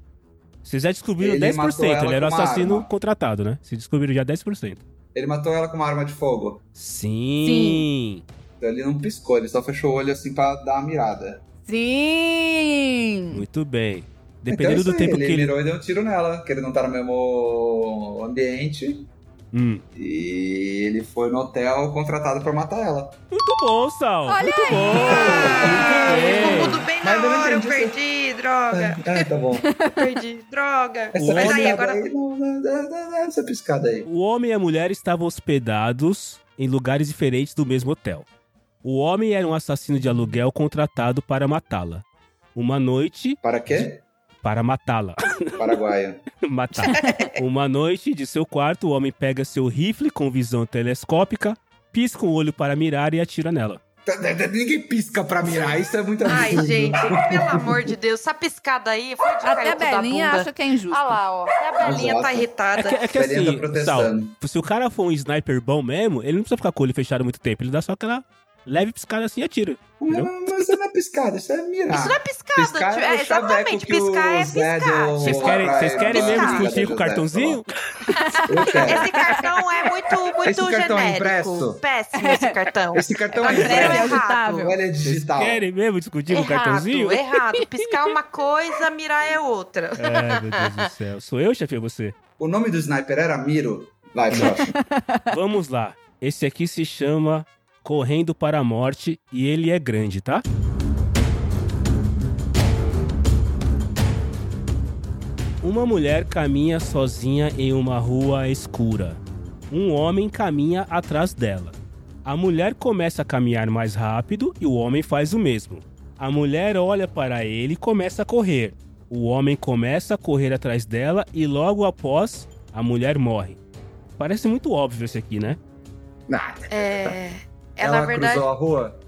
S1: Vocês já descobriram
S4: Ele
S1: 10%.
S4: matou ela
S1: Ele era o
S4: com uma
S1: assassino
S4: arma.
S1: contratado, né? Vocês descobriram já 10%.
S4: Ele matou ela com uma arma de fogo.
S1: Sim.
S4: Então ele não piscou, ele só fechou o olho assim pra dar uma mirada.
S2: Sim!
S1: Muito bem.
S4: Então é
S1: Dependendo
S4: isso
S1: do
S4: aí,
S1: tempo
S4: ele
S1: que ele.
S4: mirou e deu um tiro nela, porque ele não tá no mesmo ambiente.
S1: Hum.
S4: E ele foi no hotel contratado pra matar ela.
S1: Muito bom, Sal. Muito bom. Muito
S5: Ah, Tudo bem
S4: É. Mas
S5: na
S4: eu não
S5: hora, eu
S4: entendi isso.
S5: perdi, droga.
S4: É, tá bom.
S5: Perdi, droga.
S4: Essa
S5: Mas aí
S4: piscada
S5: agora.
S4: aí, não- não- não- não- não- essa piscada aí.
S1: bem. O homem e a mulher estavam hospedados em lugares diferentes do mesmo hotel. O homem era um assassino de aluguel contratado para matá-la. Uma noite
S4: Para quê?
S1: para matá-la.
S4: Paraguaio.
S1: matar. Uma noite, de seu quarto, o homem pega seu rifle com visão telescópica, pisca o olho para mirar e atira nela.
S4: Tá, Ninguém pisca pra mirar, isso é muito
S5: Ai, gente, pelo amor de Deus, essa piscada aí foi de
S2: Até a
S5: cair da
S2: Belinha
S5: bunda.
S2: acha que é injusto.
S5: Olha lá, ó. Até a Belinha
S4: Exato.
S5: tá
S1: É
S5: irritada.
S1: que, é que
S4: Beleza,
S1: assim, Sal,
S4: proteção.
S1: se o cara for um sniper bom mesmo, ele não precisa ficar com o olho fechado muito tempo. Ele dá só aquela leve piscada assim e atira. Entendeu?
S4: Mas, mas isso não é piscada, isso é mirar.
S5: Isso não é piscada,
S4: Piscar é
S5: tio.
S4: o
S5: É, exatamente,
S4: chaveco que o
S5: piscar é
S4: Zé
S5: piscar.
S4: deu-
S1: Vocês
S4: Pô,
S1: querem,
S4: vai,
S1: vocês querem
S5: vai,
S1: mesmo
S5: vai,
S1: discutir
S4: vai,
S1: com o
S4: vai,
S1: cartãozinho?
S4: Eu quero.
S5: Esse cartão é muito, muito
S4: Esse cartão é
S5: genérico.
S4: impresso?
S5: Péssimo esse cartão.
S4: Esse cartão é
S5: Tá impresso
S4: impresso.
S5: errado.
S3: Digitável.
S4: Olha, é
S1: Vocês
S4: digital.
S1: querem mesmo discutir com o Tipo um cartãozinho?
S5: Errado, errado. Piscar é uma coisa, mirar é outra.
S1: É, meu Deus do céu. Sou eu, chefe, ou você?
S4: O nome do sniper era Miro. Vai, próximo.
S1: Vamos lá. Esse aqui se chama Correndo para a Morte e ele é grande, tá? Uma mulher caminha sozinha em uma rua escura. Um homem caminha atrás dela. A mulher começa a caminhar mais rápido e o homem faz o mesmo. A mulher olha para ele e começa a correr. O homem começa a correr atrás dela e logo após, a mulher morre. Parece muito óbvio esse aqui, né?
S4: Nada.
S5: É. É,
S4: Ela
S5: na verdade,
S4: cruzou a rua?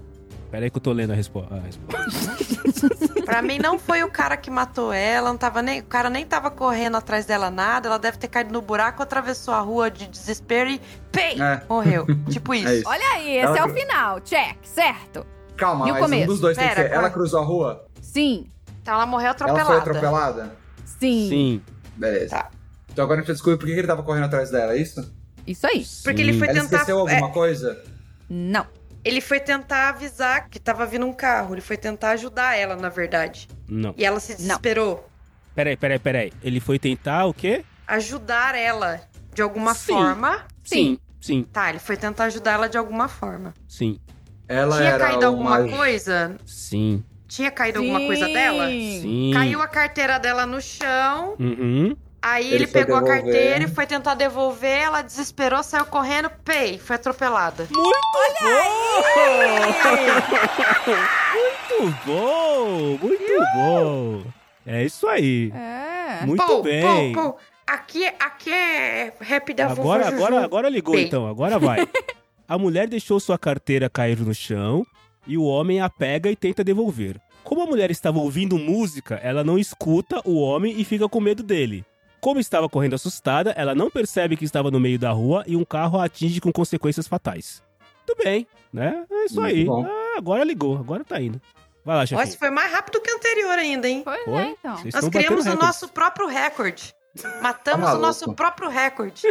S1: Pera aí que eu tô lendo a resposta. A resposta.
S5: pra mim não foi o cara que matou ela, não tava nem, o cara nem tava correndo atrás dela nada, ela deve ter caído no buraco, atravessou a rua de desespero e pei,
S4: É.
S5: morreu. Tipo isso.
S4: É isso.
S2: Olha aí, esse
S4: Ela-
S2: é o final. Check, certo?
S4: Calma,
S2: E o
S4: mas um
S2: começo?
S4: dos dois tem
S5: Pera,
S4: que ser. Ela
S5: qual-
S4: cruzou a rua?
S2: Sim,
S5: Então ela morreu atropelada.
S4: Ela foi atropelada?
S2: sim.
S1: Sim.
S4: Beleza.
S5: Tá.
S4: Então agora a gente descobre por que ele tava correndo atrás dela, é isso?
S2: Isso aí.
S5: Porque ele
S1: Sim.
S5: foi
S4: Ela
S5: tentar.
S4: esqueceu
S5: é,
S4: alguma coisa?
S2: Não.
S5: ele foi tentar avisar que tava vindo um carro. Ele foi tentar ajudar ela, na verdade.
S1: Não.
S5: E ela se desesperou.
S1: Pera aí, pera aí, pera aí. Ele foi tentar o quê?
S5: Ajudar ela de alguma
S1: Sim.
S5: forma.
S2: Sim.
S1: Sim,
S5: Tá, ele foi tentar ajudar ela de alguma forma.
S1: sim,
S4: Ela
S5: Tinha
S4: era
S5: caído
S4: uma...
S5: alguma coisa?
S1: sim,
S5: Tinha caído alguma coisa dela?
S1: sim.
S5: Caiu a carteira dela no chão.
S1: Uhum.
S5: Aí
S4: Ele
S5: ele,
S4: foi
S5: pegou a
S4: devolver.
S5: carteira e foi tentar devolver. Ela desesperou, saiu correndo, pei, foi atropelada.
S1: Muito bom, muito bom. É isso aí.
S2: É.
S1: Muito
S5: Pou,
S1: bem.
S5: pou, pou. Aqui, aqui é rap da vovó
S1: Agora,
S5: Juju.
S1: agora, agora ligou
S5: Bem.
S1: então, agora vai. A mulher deixou sua carteira cair no chão e o homem a pega e tenta devolver. Como a mulher estava ouvindo música, ela não escuta o homem e fica com medo dele. Como estava correndo assustada, ela não percebe que estava no meio da rua e um carro a atinge com consequências fatais. Tudo bem, né? É isso
S4: Muito
S1: aí.
S4: bom.
S1: Ah, agora ligou, agora tá indo. Vai lá,
S5: Nossa,
S1: chefe.
S5: foi mais rápido que o anterior ainda, hein?
S2: Pois
S1: Foi?
S2: é, então.
S1: Vocês
S5: Nós
S1: estão batendo
S5: criamos o
S1: recorde.
S5: nosso próprio recorde. Matamos
S4: Tá
S5: o
S4: maluco.
S5: nosso próprio recorde.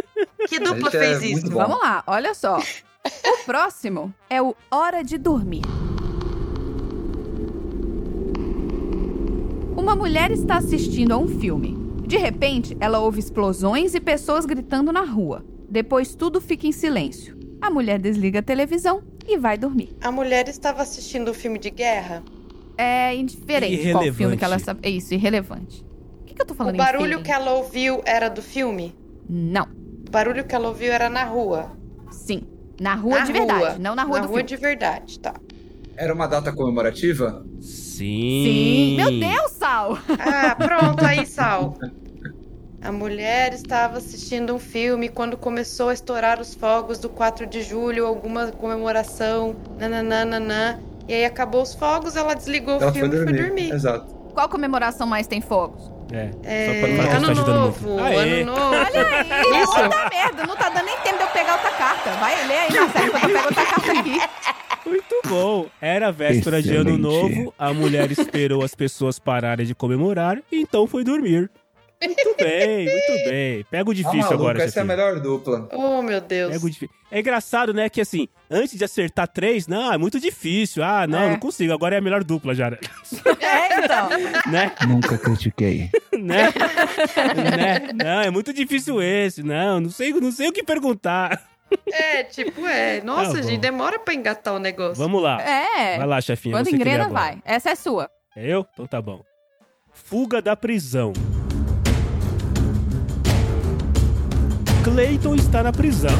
S5: Que dupla
S4: gente é
S5: fez
S4: muito
S5: isso?
S4: bom.
S2: Vamos lá, olha só. O próximo é o Hora de Dormir. Uma mulher está assistindo a um filme. De repente, ela ouve explosões e pessoas gritando na rua. Depois, tudo fica em silêncio. A mulher desliga a televisão e vai dormir.
S5: A mulher estava assistindo um filme de guerra.
S2: É indiferente qual
S1: Irrelevante.
S2: filme que ela sabe. É isso, irrelevante. O que, que eu tô
S5: O
S2: falando
S5: barulho que
S2: indiferente?
S5: ela ouviu era do filme?
S2: Não.
S5: O barulho que ela ouviu era na rua.
S2: Sim. Na rua
S5: Na
S2: de verdade, não na rua
S5: na
S2: do
S5: rua
S2: filme.
S5: de verdade, tá.
S4: Era uma data comemorativa?
S1: Sim.
S2: Sim. Meu Deus, Sal!
S5: Ah, pronto, aí, Sal. A mulher estava assistindo um filme quando começou a estourar os fogos do 4 de julho, alguma comemoração, nananana. E aí acabou os fogos, ela desligou
S4: Ela
S5: o filme e foi dormir.
S4: Exato.
S2: Qual comemoração mais tem fogos?
S1: É,
S5: É,
S1: só pra não falar que
S5: ano,
S1: você tá ajudando
S5: novo,
S1: muito.
S5: ano
S1: Aê.
S5: novo,
S2: Olha aí,
S5: Isso.
S2: puta merda, não tá dando nem tempo de eu pegar outra carta. Vai ler aí, Marcelo, quando eu pego outra carta aqui.
S1: Muito bom. Era véspera de ano
S6: Excelente.
S1: novo, a mulher esperou as pessoas pararem de comemorar, então foi dormir. Muito bem, muito bem. Pega o
S4: Tá
S1: difícil
S4: maluco,
S1: agora,
S4: essa é a
S1: chefinho.
S4: melhor dupla.
S5: Oh, meu Deus.
S1: Pega o difícil. É engraçado, né, que assim, antes de acertar três, não, é muito difícil. Ah, não,
S2: É.
S1: não consigo. Agora é a melhor dupla já, né?
S2: É, então.
S1: né?
S6: Nunca critiquei.
S1: né? Né? Não, é muito difícil esse. Não, não sei, não sei o que perguntar.
S5: É, tipo, é. Nossa,
S1: Tá bom.
S5: gente, demora pra engatar o negócio.
S1: Vamos lá.
S2: É.
S1: Vai lá, chefinha.
S2: Quando
S1: você que lê
S2: engrena,
S1: agora.
S2: vai. Essa é sua.
S1: É eu? Então tá bom. Fuga da prisão. Clayton está na prisão.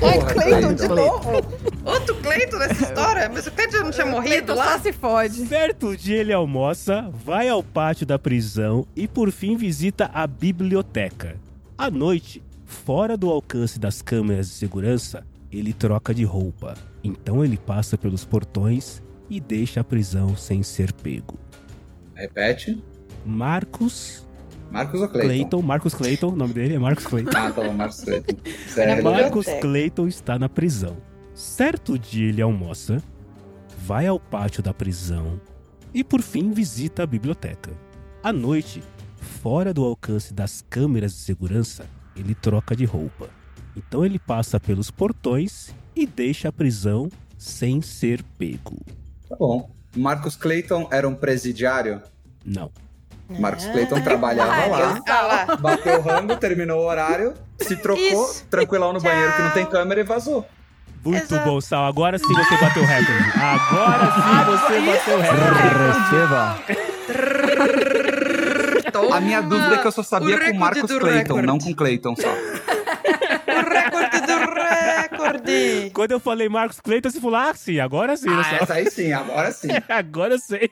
S4: Porra,
S6: Cleiton, de
S4: Cleiton.
S5: Outro Cleiton nessa história? Mas o Cleiton já não tinha morrido
S2: Então só
S5: lá?
S2: se fode.
S1: Certo dia ele almoça, vai ao pátio da prisão e por fim visita a biblioteca. À noite, fora do alcance das câmeras de segurança, ele troca de roupa. Então ele passa pelos portões e deixa a prisão sem ser pego.
S4: Repete.
S1: Marcos
S4: Marcos ou Cleiton?
S1: Clayton, Marcos Clayton, o nome dele é Marcos Clayton.
S4: Ah, tá bom, Marcos Cleiton.
S5: na
S4: Sério.
S5: biblioteca.
S1: Marcos Clayton está na prisão. Certo dia ele almoça, vai ao pátio da prisão e por fim visita a biblioteca. À noite, fora do alcance das câmeras de segurança, ele troca de roupa. Então ele passa pelos portões e deixa a prisão sem ser pego.
S4: Tá bom. Marcos Cleiton era um presidiário.
S1: Não.
S5: É.
S4: Marcos Cleiton trabalhava lá.
S5: Ah lá.
S4: Bateu o rango, terminou o horário, se trocou,
S5: Isso.
S4: tranquilão no banheiro que não tem
S5: Tchau.
S4: câmera e vazou.
S1: Muito
S5: Exato.
S1: bom, Sal. Agora sim você bateu o recorde. Agora sim você bateu o recorde.
S6: Receba.
S5: Toma.
S4: A minha dúvida é que eu só
S5: o
S4: sabia com
S5: recorde
S4: Marcos
S5: do
S4: Clayton,
S5: recorde.
S4: não com Clayton só.
S5: O recorde do recorde.
S1: Quando eu falei Marcos Clayton, você falou, ah, sim, agora sim. né,
S5: é.
S1: Sal?
S4: essa tá aí sim, agora sim.
S1: Agora eu sei.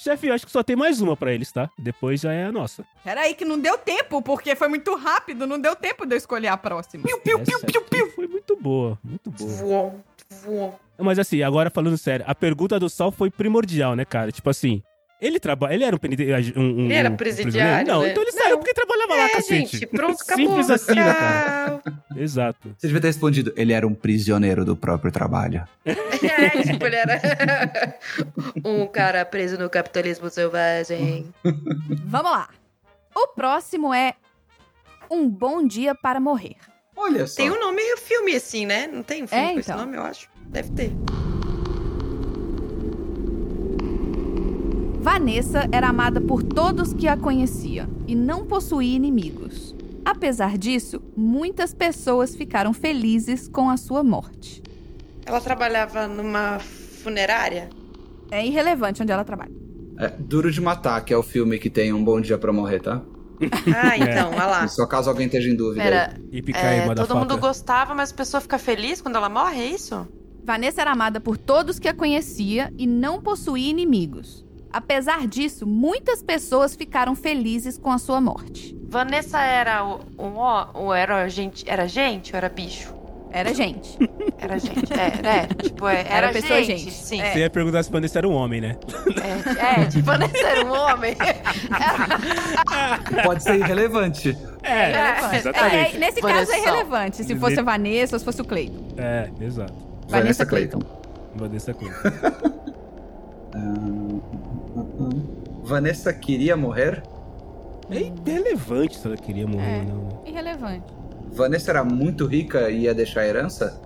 S1: Chefe, eu acho que só tem mais uma pra eles, tá? Depois já é a nossa.
S3: Peraí, que não deu tempo, porque foi muito rápido, não deu tempo de eu escolher a próxima.
S1: Essa aqui Foi muito boa, muito boa.
S5: Voou, voou.
S1: Mas assim, agora falando sério, a pergunta do Sol foi primordial, né, cara? Tipo assim, ele trabalha. Ele era um, penitente- um, um
S5: Ele era
S1: um
S5: presidiário,
S1: Não,
S5: né?
S1: então ele saiu
S5: Não.
S1: porque trabalhava lá,
S5: É,
S1: cacete.
S5: gente, pronto, acabou. Ah.
S1: Simples assim, né, cara?
S5: Tchau.
S1: Exato.
S4: Você devia ter respondido, ele era um prisioneiro do próprio trabalho.
S5: É, tipo, ele era um cara preso no capitalismo selvagem.
S2: Vamos lá. O próximo é Um Bom Dia para Morrer.
S4: Olha só.
S5: Tem um nome filme assim, né? Não tem um filme
S2: É,
S5: com esse
S2: então.
S5: nome, eu acho. Deve ter.
S2: Vanessa era amada por todos que a conheciam e não possuía inimigos. Apesar disso, muitas pessoas ficaram felizes com a sua morte.
S5: Ela trabalhava numa funerária?
S2: É irrelevante onde ela trabalha.
S4: É, Duro de Matar, que é o filme que tem um bom dia pra morrer, tá?
S5: Ah, então, olha lá.
S4: Só caso alguém esteja em dúvida. aí.
S5: Pera,
S1: E picar
S5: é,
S1: É. aí,
S5: todo mundo
S1: motherfucker.
S5: gostava, mas a pessoa fica feliz quando ela morre, é isso?
S2: Vanessa era amada por todos que a conhecia e não possuía inimigos. Apesar disso, muitas pessoas ficaram felizes com a sua morte.
S5: Vanessa era o, um ó, ou era gente, era gente ou era bicho?
S2: Era gente.
S5: Era gente, era, era tipo, é, era,
S2: Era pessoa,
S5: gente,
S2: gente.
S5: sim.
S1: Você ia perguntar se Vanessa era um homem, né?
S5: É, é, tipo, Vanessa era um homem.
S4: Pode ser irrelevante.
S1: É,
S5: É,
S1: exatamente.
S2: É, nesse caso
S5: Vanessa.
S2: é irrelevante, se fosse a Vanessa ou se fosse o Cleiton.
S1: É, exato. é
S2: Vanessa
S4: Clayton.
S1: Vanessa Clayton.
S4: Vanessa queria morrer?
S1: É irrelevante se ela queria morrer
S2: É.
S1: ou não, né?
S2: Irrelevante.
S4: Vanessa era muito rica e ia deixar herança?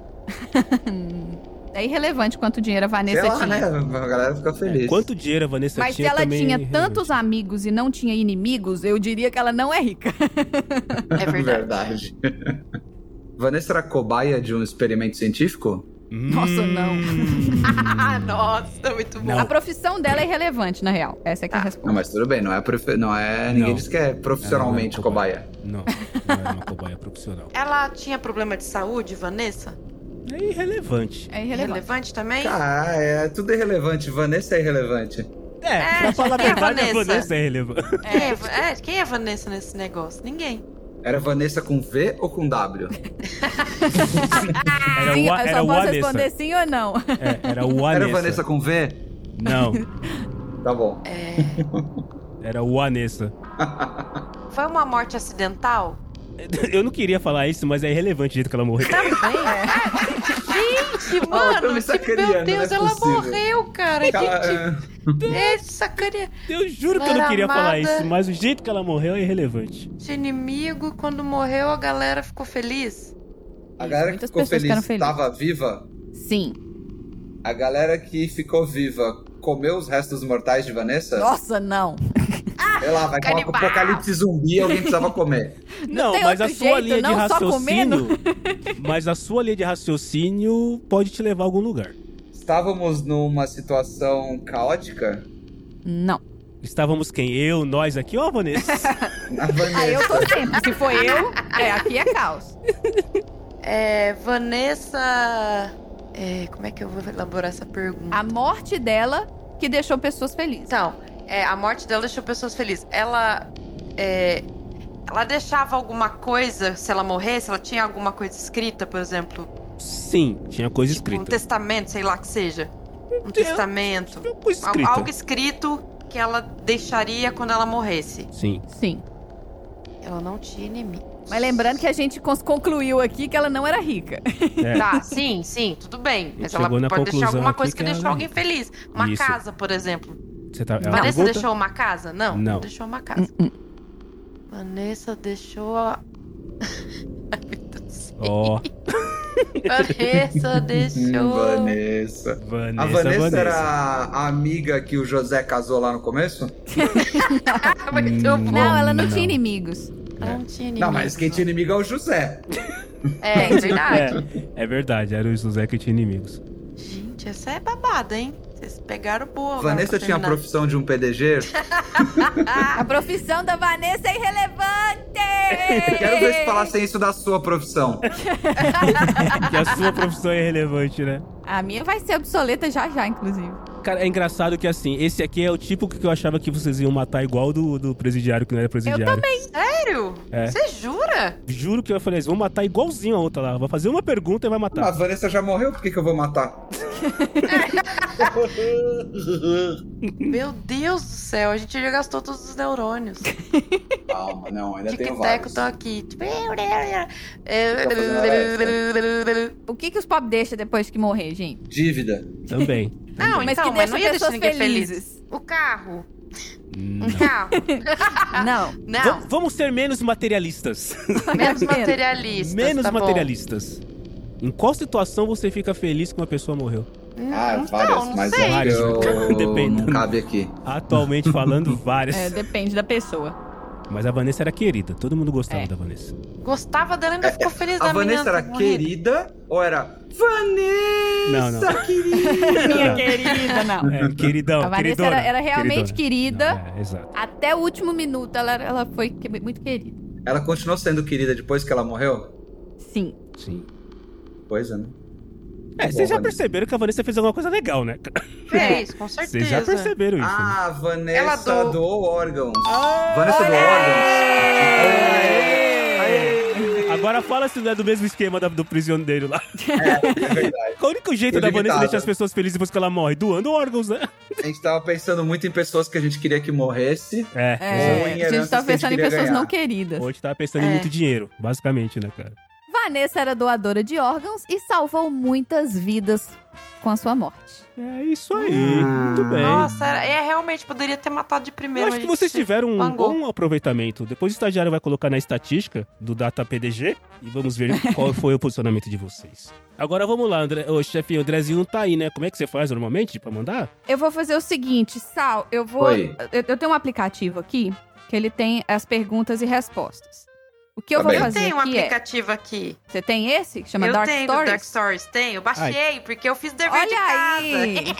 S2: É irrelevante quanto dinheiro a Vanessa
S4: Sei lá,
S2: tinha.
S4: né? A galera fica feliz.
S1: Quanto dinheiro a Vanessa
S2: Mas se
S1: tinha
S2: ela
S1: também é
S2: tinha
S1: irrelevante.
S2: tantos amigos e não tinha inimigos, eu diria que ela não é rica.
S5: É verdade.
S4: Verdade. Vanessa era cobaia de um experimento científico?
S2: Nossa, não.
S1: Hum.
S5: Ah, nossa, muito bom.
S2: A profissão dela é irrelevante, na real. Essa é que é a
S4: Não,
S2: resposta.
S4: mas tudo bem, não é, profe- não é ninguém
S1: Não.
S4: diz que é profissionalmente
S1: Ela não é cobaia.
S4: cobaia.
S1: Não, não era uma cobaia profissional.
S5: Ela tinha problema de saúde, Vanessa?
S1: É irrelevante.
S2: É
S5: Relevante,
S2: irrelevante.
S5: também?
S4: Ah, é tudo irrelevante. Vanessa é irrelevante.
S1: É, pra falar a
S5: quem é a
S1: verdade, a
S5: Vanessa?
S1: Vanessa é irrelevante.
S5: Quem é, Va- é, quem é Vanessa nesse negócio? Ninguém.
S4: Era Vanessa com V ou com W?
S1: Era
S2: Sim,
S1: o,
S2: eu
S1: a-
S2: só
S1: era o
S2: posso
S1: Vanessa.
S2: responder sim ou não.
S1: É, era o
S4: Era
S1: Vanessa.
S4: Vanessa com V?
S1: Não,
S4: Tá bom.
S5: É,
S1: era o Vanessa.
S5: Foi uma morte acidental?
S1: Eu não queria falar isso, mas é irrelevante o jeito que ela morreu.
S2: É.
S5: Gente,
S4: Ela tá
S5: mano,
S4: me
S5: tipo,
S4: sacaneando,
S5: meu
S4: não
S5: Deus,
S4: é
S5: ela
S4: possível.
S5: morreu, cara. Que
S4: Cara,
S5: tipo, é sacaneia
S1: Eu juro que eu não queria falar
S5: Amada.
S1: isso, mas o jeito que ela morreu é irrelevante.
S5: de inimigo. Quando morreu, a galera ficou feliz.
S4: a galera que
S7: Muitas
S4: ficou
S7: pessoas ficaram
S4: feliz
S7: felizes.
S4: estava viva?
S7: Sim.
S4: A galera que ficou viva comeu os restos mortais de Vanessa?
S2: Nossa, não.
S4: Sei lá, vai com um
S5: Canibal!
S4: apocalipse zumbi alguém precisava comer.
S1: Não,
S2: tem
S1: mas a
S2: outro
S1: sua
S2: jeito,
S1: linha de
S2: não, só
S1: raciocínio. Mas a sua linha de raciocínio pode te levar a algum lugar.
S4: Estávamos numa situação caótica?
S7: Não.
S1: Estávamos quem? Eu, nós aqui, ó, Vanessa.
S4: A Vanessa.
S2: Aí Ah, eu tô sempre. Se for eu, é, aqui é caos.
S5: É, Vanessa. É, como é que eu vou elaborar essa pergunta?
S2: A morte dela que deixou pessoas felizes.
S5: Então, é, a morte dela deixou pessoas felizes. Ela. é, ela deixava alguma coisa se ela morresse? Ela tinha alguma coisa escrita, por exemplo?
S1: Sim, tinha coisa
S5: Um
S1: escrita.
S5: testamento, sei lá que seja. Um
S1: Deus.
S5: testamento.
S1: Tinha coisa
S5: Al-
S1: escrita.
S5: Algo escrito que ela deixaria quando ela morresse.
S1: Sim.
S7: Sim.
S5: Ela não tinha inimigo.
S2: Mas lembrando que a gente cons- concluiu aqui que ela não era rica.
S1: É.
S5: Tá, sim, sim, tudo bem. Mas ela
S1: Chegou na
S5: pode deixar
S1: conclusão
S5: alguma
S1: aqui
S5: coisa
S1: que
S5: que,
S1: ela-
S5: deixou alguém feliz. Uma
S1: Isso.
S5: casa, por exemplo.
S1: Você tá. é uma
S5: Vanessa
S1: pergunta?
S5: deixou uma casa? Não,
S1: Não.
S5: deixou uma
S4: Hum,
S5: casa. Vanessa deixou a. Ai, meu Deus do céu.
S1: Ó,
S5: Vanessa
S4: Hum,
S5: deixou.
S4: Vanessa.
S1: Vanessa,
S4: A Vanessa,
S1: Vanessa.
S4: era a amiga que o José casou lá no começo?
S5: Muito Ah, bom.
S2: Não, ela não,
S1: Não.
S2: tinha inimigos.
S5: Ela não tinha
S4: Hum, é. Não, mas quem
S5: inimigos,
S4: tinha inimigo é o José.
S5: não. É, é verdade.
S1: É, é verdade, era o José que tinha inimigos.
S5: Gente, essa é babada, hein? Vocês pegaram boa. agora
S4: Vanessa
S5: pra
S4: tinha a
S5: terminar.
S4: profissão de um PDG?
S2: A profissão da Vanessa é irrelevante!
S4: Quero ver se falassem isso da sua profissão.
S1: Que a sua profissão é irrelevante, né?
S2: A minha vai ser obsoleta já já, inclusive.
S1: Cara, é engraçado que assim, esse aqui é o tipo que eu achava que vocês iam matar igual do, do presidiário que não era presidiário. Eu também.
S5: Sério?
S1: É.
S5: Você jura?
S1: Juro que eu falei assim, vou matar igualzinho a outra lá. Vou fazer uma pergunta e vai
S4: A
S1: matar.
S4: Ah, Vanessa já morreu, por que, que eu vou matar?
S5: Meu Deus do céu, a gente já gastou todos os neurônios.
S4: Calma, não, ainda tenho
S5: Tic-teco,
S4: vários.
S5: tô aqui. Tipo,
S4: fazendo é. hora
S2: O que, que os pobres deixam depois que morrer, gente?
S4: Dívida.
S1: Também.
S5: Não,
S2: Mas
S5: então,
S2: que
S5: mas
S2: deixam
S5: não ia deixar
S2: pessoas
S5: ninguém feliz.
S2: felizes.
S5: O carro.
S1: Não.
S5: Um carro.
S2: Não.
S5: Não,
S1: Vam- Vamos ser menos materialistas.
S5: menos materialista.
S1: menos
S5: tá bom.
S1: materialistas. Em qual situação você fica feliz que uma pessoa morreu?
S5: Hum,
S4: Ah,
S5: então,
S4: várias,
S5: não
S4: mas
S5: sei.
S4: acho que
S1: Várias, né?
S4: eu...
S1: Depende.
S4: não cabe aqui.
S1: Atualmente falando, várias.
S7: É, depende da pessoa.
S1: Mas a Vanessa era querida. Todo mundo gostava
S7: É.
S1: da Vanessa.
S5: Gostava dela,
S1: É,
S5: ainda ficou feliz
S4: A
S5: da menina
S4: Vanessa era
S5: ter morrido.
S4: querida ou era Vanessa,
S1: Não, não.
S4: querida?
S3: Minha querida, não.
S1: É, queridão,
S2: a Vanessa
S1: queridona.
S2: era, era realmente
S1: Queridona.
S2: querida.
S1: Não, é, exato.
S2: Até o último minuto ela, ela foi que- muito querida.
S4: Ela continuou sendo querida depois que ela morreu?
S7: Sim.
S1: Sim.
S4: Coisa, né?
S1: É, vocês já
S4: Porra, né?
S1: perceberam que a Vanessa fez alguma coisa legal, né?
S5: Fez, com certeza.
S1: Vocês já perceberam isso. né?
S4: Ah, Vanessa
S5: Ela doou-
S4: doou órgãos. Vanessa doou órgãos. Aê!
S1: Agora fala se não é do mesmo esquema da- do prisioneiro lá.
S4: É verdade.
S1: O único jeito da
S4: Inevitável.
S1: Vanessa deixar as pessoas felizes depois que ela morre, doando órgãos, né?
S4: A gente tava pensando muito em pessoas que a gente queria que morresse.
S1: É,
S2: É,
S1: exato.
S4: Ruim
S2: a gente
S4: herança
S2: tava
S4: que a gente
S2: pensando em
S4: queria
S2: pessoas
S4: ganhar.
S2: não queridas.
S1: Hoje tava pensando em
S5: É.
S1: muito dinheiro, basicamente, né, cara?
S2: Vanessa era doadora de órgãos e salvou muitas vidas com a sua morte.
S1: É isso aí, muito bem.
S5: Nossa, era- é, realmente, poderia ter matado de
S1: Eu
S5: primeiro.
S1: acho que vocês tiveram um
S5: pangou.
S1: bom aproveitamento. Depois o estagiário vai colocar na estatística do Data PDG e vamos ver qual foi o posicionamento de vocês. Agora vamos lá, André. O chefe Andrezinho não tá aí, né? Como é que você faz normalmente pra mandar?
S2: Eu vou fazer o seguinte, Sal, eu vou.
S4: Oi.
S2: Eu, eu tenho um aplicativo aqui que ele tem as perguntas e respostas. O que eu
S4: Tá
S2: vou
S4: bem.
S5: Eu
S2: fazer
S5: tenho um
S2: aqui é.
S5: aplicativo aqui.
S2: Você tem esse que chama
S5: eu
S2: Dark
S5: tenho do
S2: Stories?
S5: Dark Stories, tenho. Baixei, porque eu fiz dever de
S2: Olha
S5: casa.
S2: aí!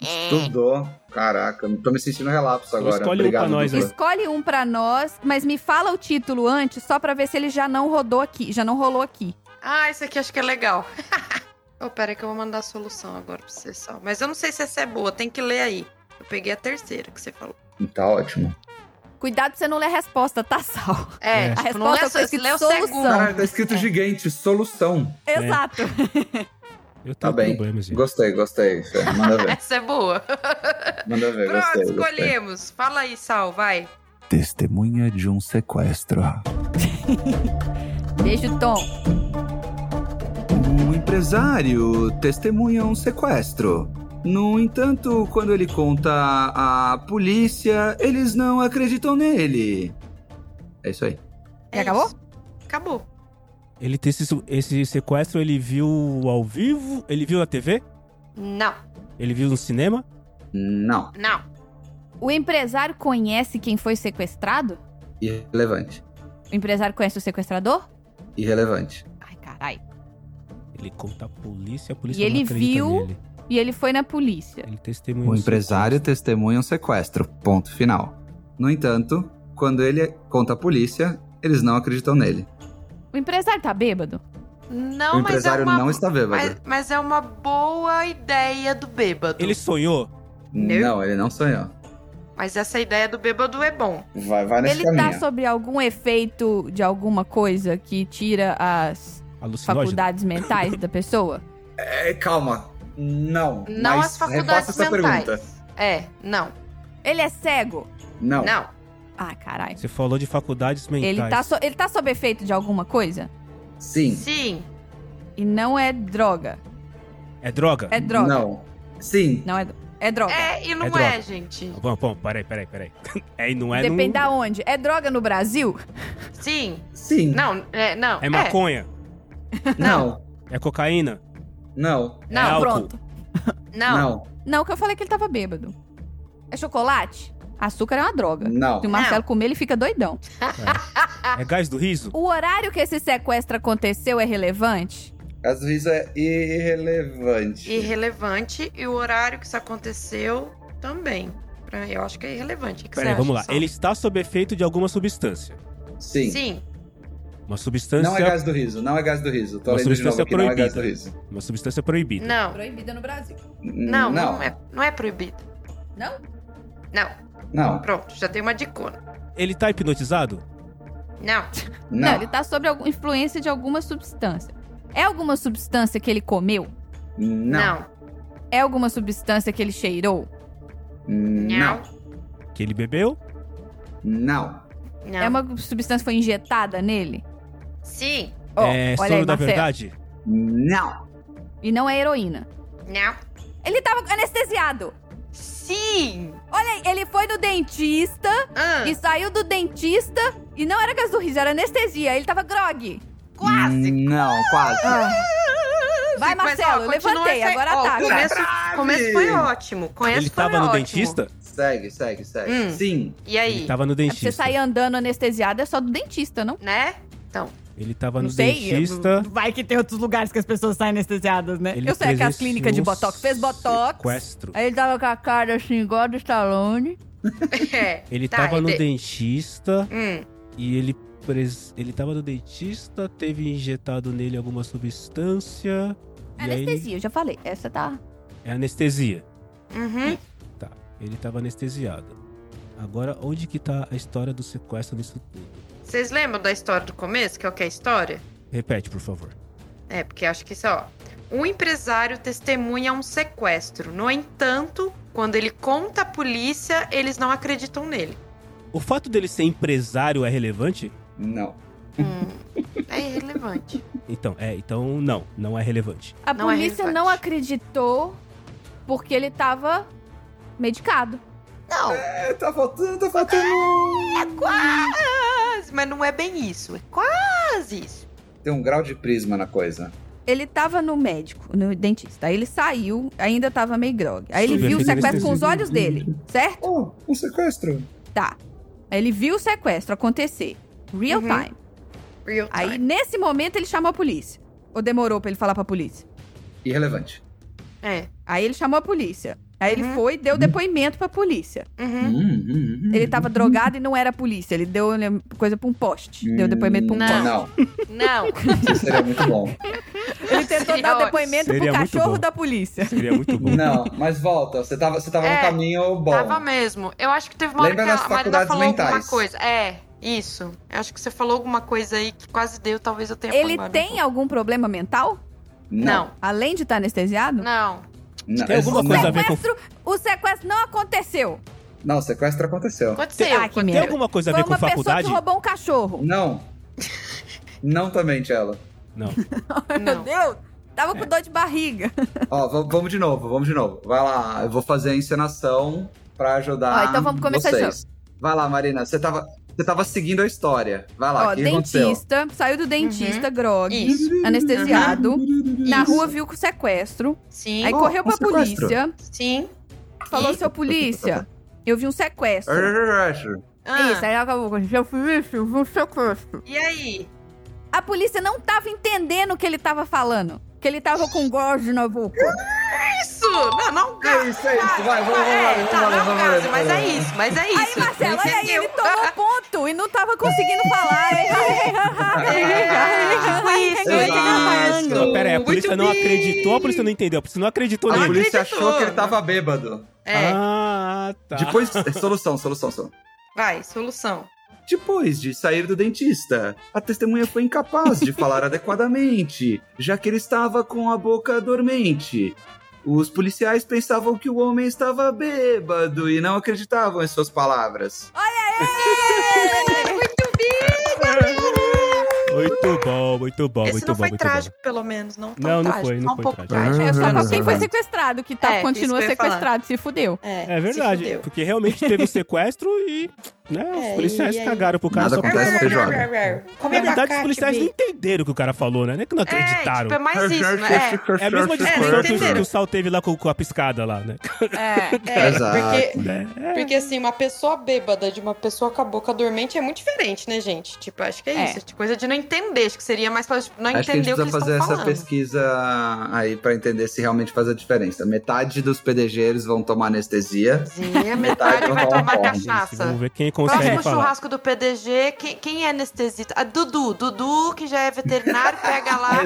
S4: Estudou. Caraca, eu tô me sentindo relapso agora.
S1: escolhe um
S4: Obrigado,
S1: pra nós
S4: Dudu.
S1: aí.
S2: Escolhe um pra nós, mas me fala o título antes só pra ver se ele já não rodou aqui, já não rolou aqui.
S5: Ah, esse aqui acho que é legal. oh, pera que eu vou mandar a solução agora pra você só. Mas eu não sei se essa é boa, tem que ler aí. Eu peguei a terceira que você falou.
S1: né?
S4: Tá ótimo.
S2: Cuidado pra você não ler a resposta, tá, Sal?
S5: É,
S1: É.
S5: tipo,
S2: A
S5: não lê,
S2: resposta
S5: só-
S2: foi escrito
S5: lê o
S2: solução.
S5: segundo.
S4: Caralho, tá escrito gigante, solução.
S2: Exato.
S1: Eu tenho
S4: Tá bem.
S1: problemas, gente.
S4: Gostei, gostei. Fer. Manda ver,
S5: Essa é boa.
S4: manda ver,
S5: Pronto,
S4: gostei, gostei.
S5: escolhemos. Fala aí, Sal, vai.
S6: Testemunha de um sequestro.
S2: Beijo, Tom.
S4: Um empresário testemunha um sequestro. No entanto, quando ele conta à polícia, eles não acreditam nele. É isso aí.
S2: E acabou?
S5: isso. Acabou.
S1: Ele tem esse, su- esse sequestro, ele viu ao vivo? Ele viu na TV?
S5: Não,
S1: Ele viu no cinema?
S4: Não.
S5: não.
S2: O empresário conhece quem foi sequestrado?
S4: Irrelevante.
S2: O empresário conhece o sequestrador?
S4: Irrelevante.
S2: Ai, carai.
S1: Ele conta a polícia, a polícia
S2: E
S1: não
S2: ele
S1: acredita
S2: viu-
S1: nele.
S2: E ele foi na polícia.
S1: Ele testemunha
S4: O
S1: um
S4: empresário testemunha um sequestro. Ponto final. No entanto, quando ele conta à polícia, eles não acreditam nele.
S2: O empresário tá bêbado?
S5: Não,
S4: o
S5: mas é
S4: empresário
S5: uma.
S4: não está bêbado.
S5: mas, mas é uma boa ideia do bêbado.
S1: Ele sonhou?
S5: Meu.
S4: Não, ele não sonhou.
S5: Mas essa ideia do bêbado é bom.
S4: Vai, vai nesse
S2: ele
S4: caminho.
S2: tá sobre algum efeito de alguma coisa que tira as
S1: Alucinógeno?
S2: faculdades mentais da pessoa?
S4: É, calma. Não.
S5: Não
S4: mas
S5: as faculdades
S4: repassa essa
S5: mentais.
S4: pergunta.
S5: É, não,
S2: Ele é cego?
S4: Não.
S5: não.
S2: Ah, caralho.
S1: Você falou de faculdades mentais.
S2: Ele tá, so- ele tá sob efeito de alguma coisa?
S4: Sim.
S5: Sim,
S2: E não é droga.
S1: É droga?
S2: É droga.
S4: Não. Sim.
S2: Não é, dro- é droga.
S5: é e não
S1: É
S5: é,
S1: droga.
S5: gente.
S1: Bom, bom, peraí, peraí, peraí. É e não é
S2: Depende
S1: não...
S2: da onde. É droga no Brasil?
S5: Sim,
S4: Sim.
S5: não, é, não.
S1: É maconha?
S4: Não.
S1: É cocaína?
S4: Não.
S5: Não,
S1: é álcool?
S2: Pronto.
S5: não,
S4: Não.
S2: Não, que eu falei que ele tava bêbado. É chocolate? Açúcar é uma droga.
S4: Não.
S2: Se o Marcelo comer, ele fica doidão.
S1: É gás do riso?
S2: O horário que esse sequestro aconteceu é relevante?
S4: Às vezes é irrelevante.
S5: Irrelevante. E o horário que isso aconteceu também. Pra- Eu acho que é irrelevante. O que você
S1: Peraí,
S5: acha,
S1: vamos lá.
S5: Sal?
S1: Ele está sob efeito de alguma substância.
S4: Sim.
S5: Sim,
S1: Uma substância,
S4: Não é gás do riso, não é gás do riso. Tô
S1: Então Uma
S4: lendo de novo
S1: substância
S4: aqui, não é gás do
S1: proibida.
S4: riso.
S1: uma substância proibida.
S5: não,
S2: Proibida no Brasil.
S5: não, não,
S4: não.
S5: é, não é proibido.
S2: Não?
S5: Não,
S4: Não,
S5: pronto, já dei uma dicona.
S1: Ele tá hipnotizado?
S5: Não,
S2: Não,
S4: não,
S2: ele tá sob algum- influência de alguma substância. É alguma substância que ele comeu?
S4: não,
S5: não,
S2: É alguma substância que ele cheirou?
S4: não,
S5: não,
S1: Que ele bebeu?
S4: não,
S5: não.
S2: É uma substância que foi injetada nele?
S5: Sim,
S2: Ó,
S1: é soro da
S2: Marcelo.
S1: verdade?
S4: não.
S2: E não é heroína.
S5: não.
S2: Ele tava anestesiado.
S5: Sim!
S2: Olha aí, ele foi no dentista
S5: Ah,
S2: e saiu do dentista e não era gás do riso, era anestesia. Ele tava
S1: Hum,
S2: grog.
S5: quase! Ah,
S4: Não, quase.
S2: Ah. Vai,
S5: Mas, ó,
S2: Marcelo,
S5: continua
S2: levantei,
S5: essa-
S2: agora
S5: ó,
S2: ataca.
S5: O começo, o começo foi ótimo. o Começo
S1: ele
S5: foi
S1: tava no
S5: ótimo.
S1: dentista?
S4: Segue, segue, segue.
S5: Hum.
S4: Sim,
S5: E
S1: Ele
S5: aí,
S1: tava no
S2: É pra
S1: dentista.
S2: você sair andando anestesiado é só do dentista, não?
S5: né?
S1: Ele tava
S3: Não
S1: no
S3: sei.
S1: dentista.
S3: Vai que tem outros lugares que as pessoas saem anestesiadas, né?
S1: Ele
S2: Eu sei que as
S1: presenciou
S2: clínicas de botox fez botox.
S1: Sequestro.
S2: Aí ele tava com a cara assim, igual do Stallone.
S5: É.
S1: Ele
S5: Tá,
S1: tava
S5: e
S1: no
S5: de-
S1: dentista
S5: Hum,
S1: e ele pres... ele tava no dentista, teve injetado nele alguma substância. e aí ele-
S2: Anestesia, eu já falei. Essa tá.
S1: É anestesia.
S5: uhum.
S1: Tá. Ele tava anestesiado. Agora, onde que tá a história do sequestro nisso tudo?
S5: Vocês lembram da história do começo? Que é o que é a história?
S1: Repete, por favor.
S5: É, porque acho que isso, ó. Um empresário testemunha um sequestro. No entanto, quando ele conta à polícia, eles não acreditam nele.
S1: O fato dele ser empresário é relevante?
S4: não.
S5: É irrelevante.
S1: Então, é, então não, não é relevante.
S2: A
S5: Não é
S2: polícia
S5: relevante.
S2: não acreditou porque ele tava medicado.
S5: Não,
S4: É, tá faltando, tá faltando.
S5: é quase, mas não é bem isso. É quase isso.
S4: Tem um grau de prisma na coisa.
S2: Ele tava no médico, no dentista. Aí ele saiu, ainda tava meio grog. Aí ele
S1: Sob
S2: viu o
S1: efeito
S2: sequestro com os
S1: anestesivo.
S2: olhos dele, certo?
S4: Oh, um sequestro.
S2: Tá. Aí ele viu o sequestro acontecer. Real
S5: Uhum.
S2: time.
S5: Real
S2: Aí,
S5: time.
S2: nesse momento, ele chamou a polícia. Ou demorou pra ele falar pra polícia?
S4: Irrelevante.
S5: É.
S2: Aí ele chamou a polícia. Aí ele
S5: Uhum.
S2: foi e deu depoimento pra polícia.
S5: Uhum.
S4: Hum, hum, hum.
S2: Ele tava drogado e não era polícia. Ele deu né, coisa pra um poste. Deu depoimento pra um
S4: Hum,
S2: poste.
S4: Não,
S5: Não.
S4: isso seria muito bom.
S2: Ele tentou
S5: Seria
S2: dar o
S5: ótimo.
S2: depoimento
S1: Seria
S2: pro
S1: muito
S2: cachorro
S1: bom.
S2: da polícia.
S1: Seria muito bom.
S4: Não, mas volta, você tava, você tava
S5: É,
S4: no caminho bom.
S5: Tava mesmo. Eu acho que teve uma
S4: Lembra
S5: hora que
S4: das
S5: a Marina
S4: faculdades
S5: falou alguma
S4: mentais?
S5: coisa. É, isso. Eu acho que você falou alguma coisa aí que quase deu, talvez eu tenha
S2: Ele
S5: apagado um
S2: tem algum problema mental?
S5: Não,
S2: Além de estar anestesiado?
S5: não.
S4: não.
S1: Tem alguma coisa a ver com
S2: Sequestro, o sequestro não aconteceu.
S4: Não, sequestro aconteceu.
S5: Aconteceu.
S2: Ah, que
S1: Tem
S5: aconteceu.
S2: merda.
S1: alguma coisa a
S2: Foi
S1: ver com
S2: uma pessoa
S1: faculdade?
S2: que roubou um cachorro.
S4: Não, Não somente ela.
S1: Não.
S2: Meu Deus! Tava com dor de barriga.
S4: Ó, va- vamos de novo, vamos de novo. Vai lá, eu vou fazer a encenação pra ajudar
S2: Ó, então vamos começar de
S4: vocês. Vai lá, Marina, você tava, você tava seguindo a história. Vai lá,
S2: Ó,
S4: Tá, o que aconteceu?
S2: dentista, saiu do dentista, grog,
S5: Uhum. Isso. Uhum.
S2: anestesiado. Na
S5: Isso.
S2: rua viu o sequestro.
S5: Sim.
S2: Aí
S4: Oh,
S2: correu
S4: um
S2: pra
S4: sequestro.
S2: polícia.
S5: Sim.
S2: Falou, seu polícia, eu vi um sequestro.
S5: Ah,
S2: Isso, é- aí ela acabou com seu polícia, eu vi um sequestro.
S5: E aí?
S2: A polícia não tava entendendo o que ele tava falando. Que ele tava com gorge na boca.
S5: Isso! Não, não
S4: É
S5: gás.
S4: isso, é isso. Vai, vamos,
S5: É,
S4: vamos,
S5: tá,
S4: vamos,
S5: não
S4: vamos,
S5: gás,
S4: vamos,
S5: mas é
S4: vamos.
S5: isso, mas é
S2: Aí,
S5: isso.
S2: Marcelo, olha aí,
S5: Entendeu?
S2: ele tomou ponto e não tava conseguindo falar.
S5: É, tipo isso,
S4: Exato.
S5: entendeu?
S1: Não, pera aí, a
S5: Muito
S1: polícia não
S5: bem.
S1: acreditou, a polícia não entendeu, a polícia não acreditou
S4: A
S1: nele.
S4: polícia
S5: acreditou.
S4: achou que ele tava bêbado.
S5: É,
S1: Ah, tá.
S4: Depois, solução, solução, solução.
S5: vai, solução.
S4: Depois de sair do dentista, a testemunha foi incapaz de falar adequadamente, já que ele estava com a boca dormente. Os policiais pensavam que o homem estava bêbado e não acreditavam em suas palavras.
S1: Muito bom, muito bom,
S5: Esse
S1: muito
S5: não
S1: bom,
S5: foi
S1: muito
S5: trágico, pelo menos. Não, tão
S1: Não, não
S5: trágico,
S1: foi, não
S5: só um
S1: foi
S5: pouco
S1: trágico.
S5: trágico.
S2: É só pra quem foi
S4: Uhum.
S2: sequestrado, que tá,
S5: É,
S2: continua
S5: isso que eu ia falar.
S2: sequestrado, se fudeu.
S1: bom. É verdade,
S5: se fudeu.
S1: porque realmente teve o sequestro e né, os
S5: É,
S1: policiais
S5: e aí?
S1: cagaram pro cara.
S4: Nada
S1: só pra-
S4: acontece, você joga.
S5: Come
S4: É
S1: Na verdade, os
S5: abacate,
S1: policiais não
S5: Bi.
S1: entenderam o que o cara falou, né? Não é que não
S5: É,
S1: acreditaram.
S5: tipo, é mais isso, né? É.
S1: É a mesma discussão
S5: não
S1: que, o-
S5: entenderam.
S1: que o Sal teve lá com, com a piscada lá, né?
S5: É,
S4: Exato.
S5: porque,
S1: É.
S5: porque assim, uma pessoa bêbada de uma pessoa com a boca dormente é muito diferente, né, gente? Tipo, acho que é,
S7: É.
S5: isso. Tipo, coisa de não entender. Acho que seria mais pra tipo, não
S4: Acho que a
S5: entender
S4: gente
S5: o que
S4: precisa
S5: eles
S4: fazer
S5: estão
S4: essa
S5: falando.
S4: pesquisa aí pra entender se realmente faz a diferença. Metade dos PDGs vão tomar anestesia.
S5: Sim,
S4: Metade
S5: metade vai
S4: não
S5: tomar
S4: concorda,
S5: cachaça.
S1: Vamos ver quem consegue
S5: Próximo
S1: falar.
S5: churrasco do PDG, quem, quem é anestesista? Ah, Dudu. Dudu, que já é veterinário, pega lá.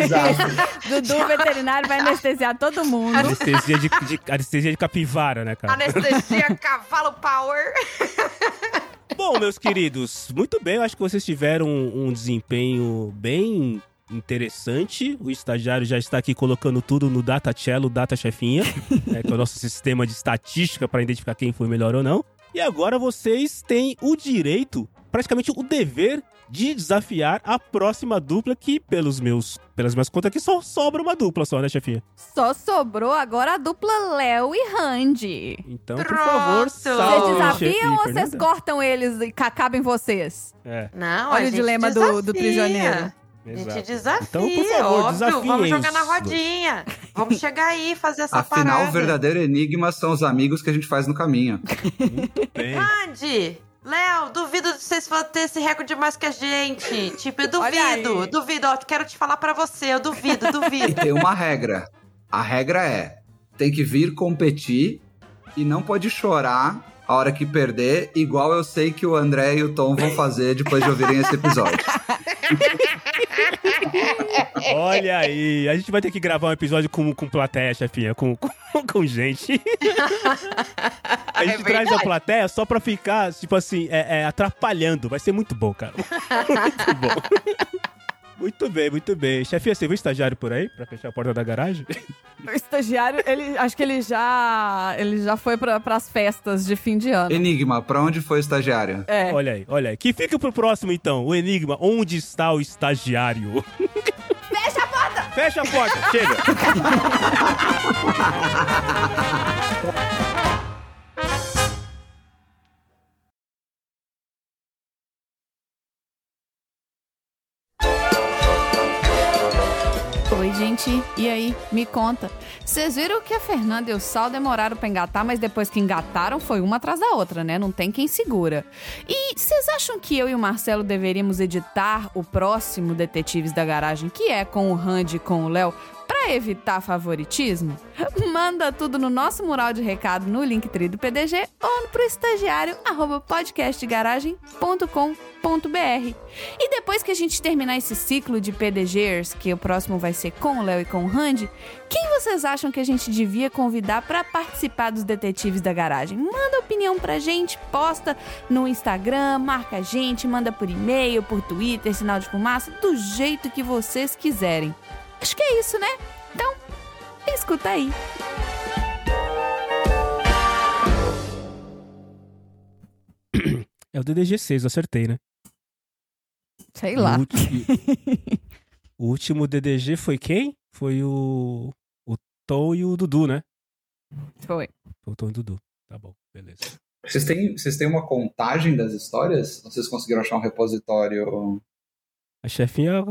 S2: Dudu, veterinário, vai anestesiar todo mundo.
S1: Anestesia de, de- anestesia de capivara, né, cara?
S5: Anestesia, cavalo power.
S1: Bom, meus queridos, muito bem. Eu acho que vocês tiveram um, um desempenho bem interessante. O estagiário já está aqui colocando tudo no Data Cello, Data Chefinha, né, que é o nosso sistema de estatística para identificar quem foi melhor ou não. E agora vocês têm o direito, praticamente o dever, de desafiar a próxima dupla que, pelos meus, pelas minhas contas aqui, só sobra uma dupla só, né, chefinha?
S2: Só sobrou agora a dupla Léo e Randy.
S1: Então, por
S5: Pronto.
S1: favor,
S5: Vocês
S1: salve,
S2: Vocês
S5: Oh,
S2: desafiam ou
S1: chefe
S2: vocês
S1: Fernanda.
S2: cortam eles e ca- acabam em vocês?
S1: É,
S5: Não,
S3: Olha
S5: a
S3: o
S5: gente
S3: dilema do- do
S5: desafia.
S3: prisioneiro.
S5: A gente
S1: exato.
S5: desafia,
S1: Então, por favor,
S5: óbvio.
S1: desafiem
S5: Vamos jogar
S1: os
S5: na
S1: dois.
S5: rodinha. Vamos chegar aí e fazer essa
S4: Afinal, o
S5: parada.
S4: verdadeiro enigma são os amigos que a gente faz no caminho.
S1: Muito
S5: Ah,
S1: bem.
S5: Andy, Léo, duvido de vocês ter esse recorde mais que a gente. Tipo, eu
S3: Olha aí.
S5: duvido, duvido. Ó, quero te falar pra você, eu duvido,
S4: E
S5: duvido.
S4: tem uma regra. A regra é: tem que vir competir e não pode chorar a hora que perder, igual eu sei que o André e o Tom vão fazer depois de ouvirem esse episódio.
S1: Olha aí, a gente vai ter que gravar um episódio com, com plateia, chefinha, com, com, com gente. A gente traz a plateia só pra ficar, tipo assim, é, é, atrapalhando. Vai ser muito bom, cara. Muito bom. Muito bem, muito bem. Chefinha, você viu estagiário por aí? Pra fechar a porta da garagem?
S3: O estagiário, ele, acho que ele já, ele já foi pra, pras festas de fim de ano.
S4: Enigma, pra onde foi o estagiário?
S3: É.
S1: Olha aí, olha aí. Que fica pro próximo, então. O enigma, onde está o estagiário? Fecha a porta! Fecha a porta, chega!
S2: Oi, gente. E aí? Me conta. Vocês viram que a Fernanda e o Sal demoraram pra engatar, mas depois que engataram, foi uma atrás da outra, né? Não tem quem segura. E vocês acham que eu e o Marcelo deveríamos editar o próximo Detetives da Garagem, que é com o Randy e com o Léo, pra evitar favoritismo? Manda tudo no nosso mural de recado no Linktree do PDG ou pro estagiário arroba podcastgaragem.com.br. E depois que a gente terminar esse ciclo de PDGers, que o próximo vai ser com o Léo e com o Randy, quem vocês acham que a gente devia convidar pra participar dos Detetives da Garagem? Manda opinião pra gente, posta no Instagram, marca a gente, manda por e-mail, por Twitter, sinal de fumaça, do jeito que vocês quiserem. Acho que é isso, né? Então, escuta aí.
S1: É o DDG6, eu acertei, né?
S3: Sei
S1: O,
S3: lá.
S1: ulti- o último DDG foi quem? Foi o. O Tom e o Dudu, né?
S3: Foi.
S1: Foi o Tom e o Dudu. Tá bom, beleza.
S4: Vocês têm, vocês têm uma contagem das histórias? Vocês conseguiram achar um repositório?
S1: A chefinha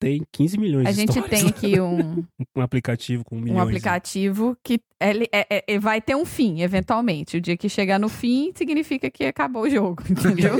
S1: tem 15 milhões
S2: A
S1: de
S2: gente
S1: histórias.
S2: tem aqui um,
S1: um aplicativo com milhões.
S2: um aplicativo que ele é- é- é- vai ter um fim, eventualmente. O dia que chegar no fim, significa que acabou o jogo, entendeu?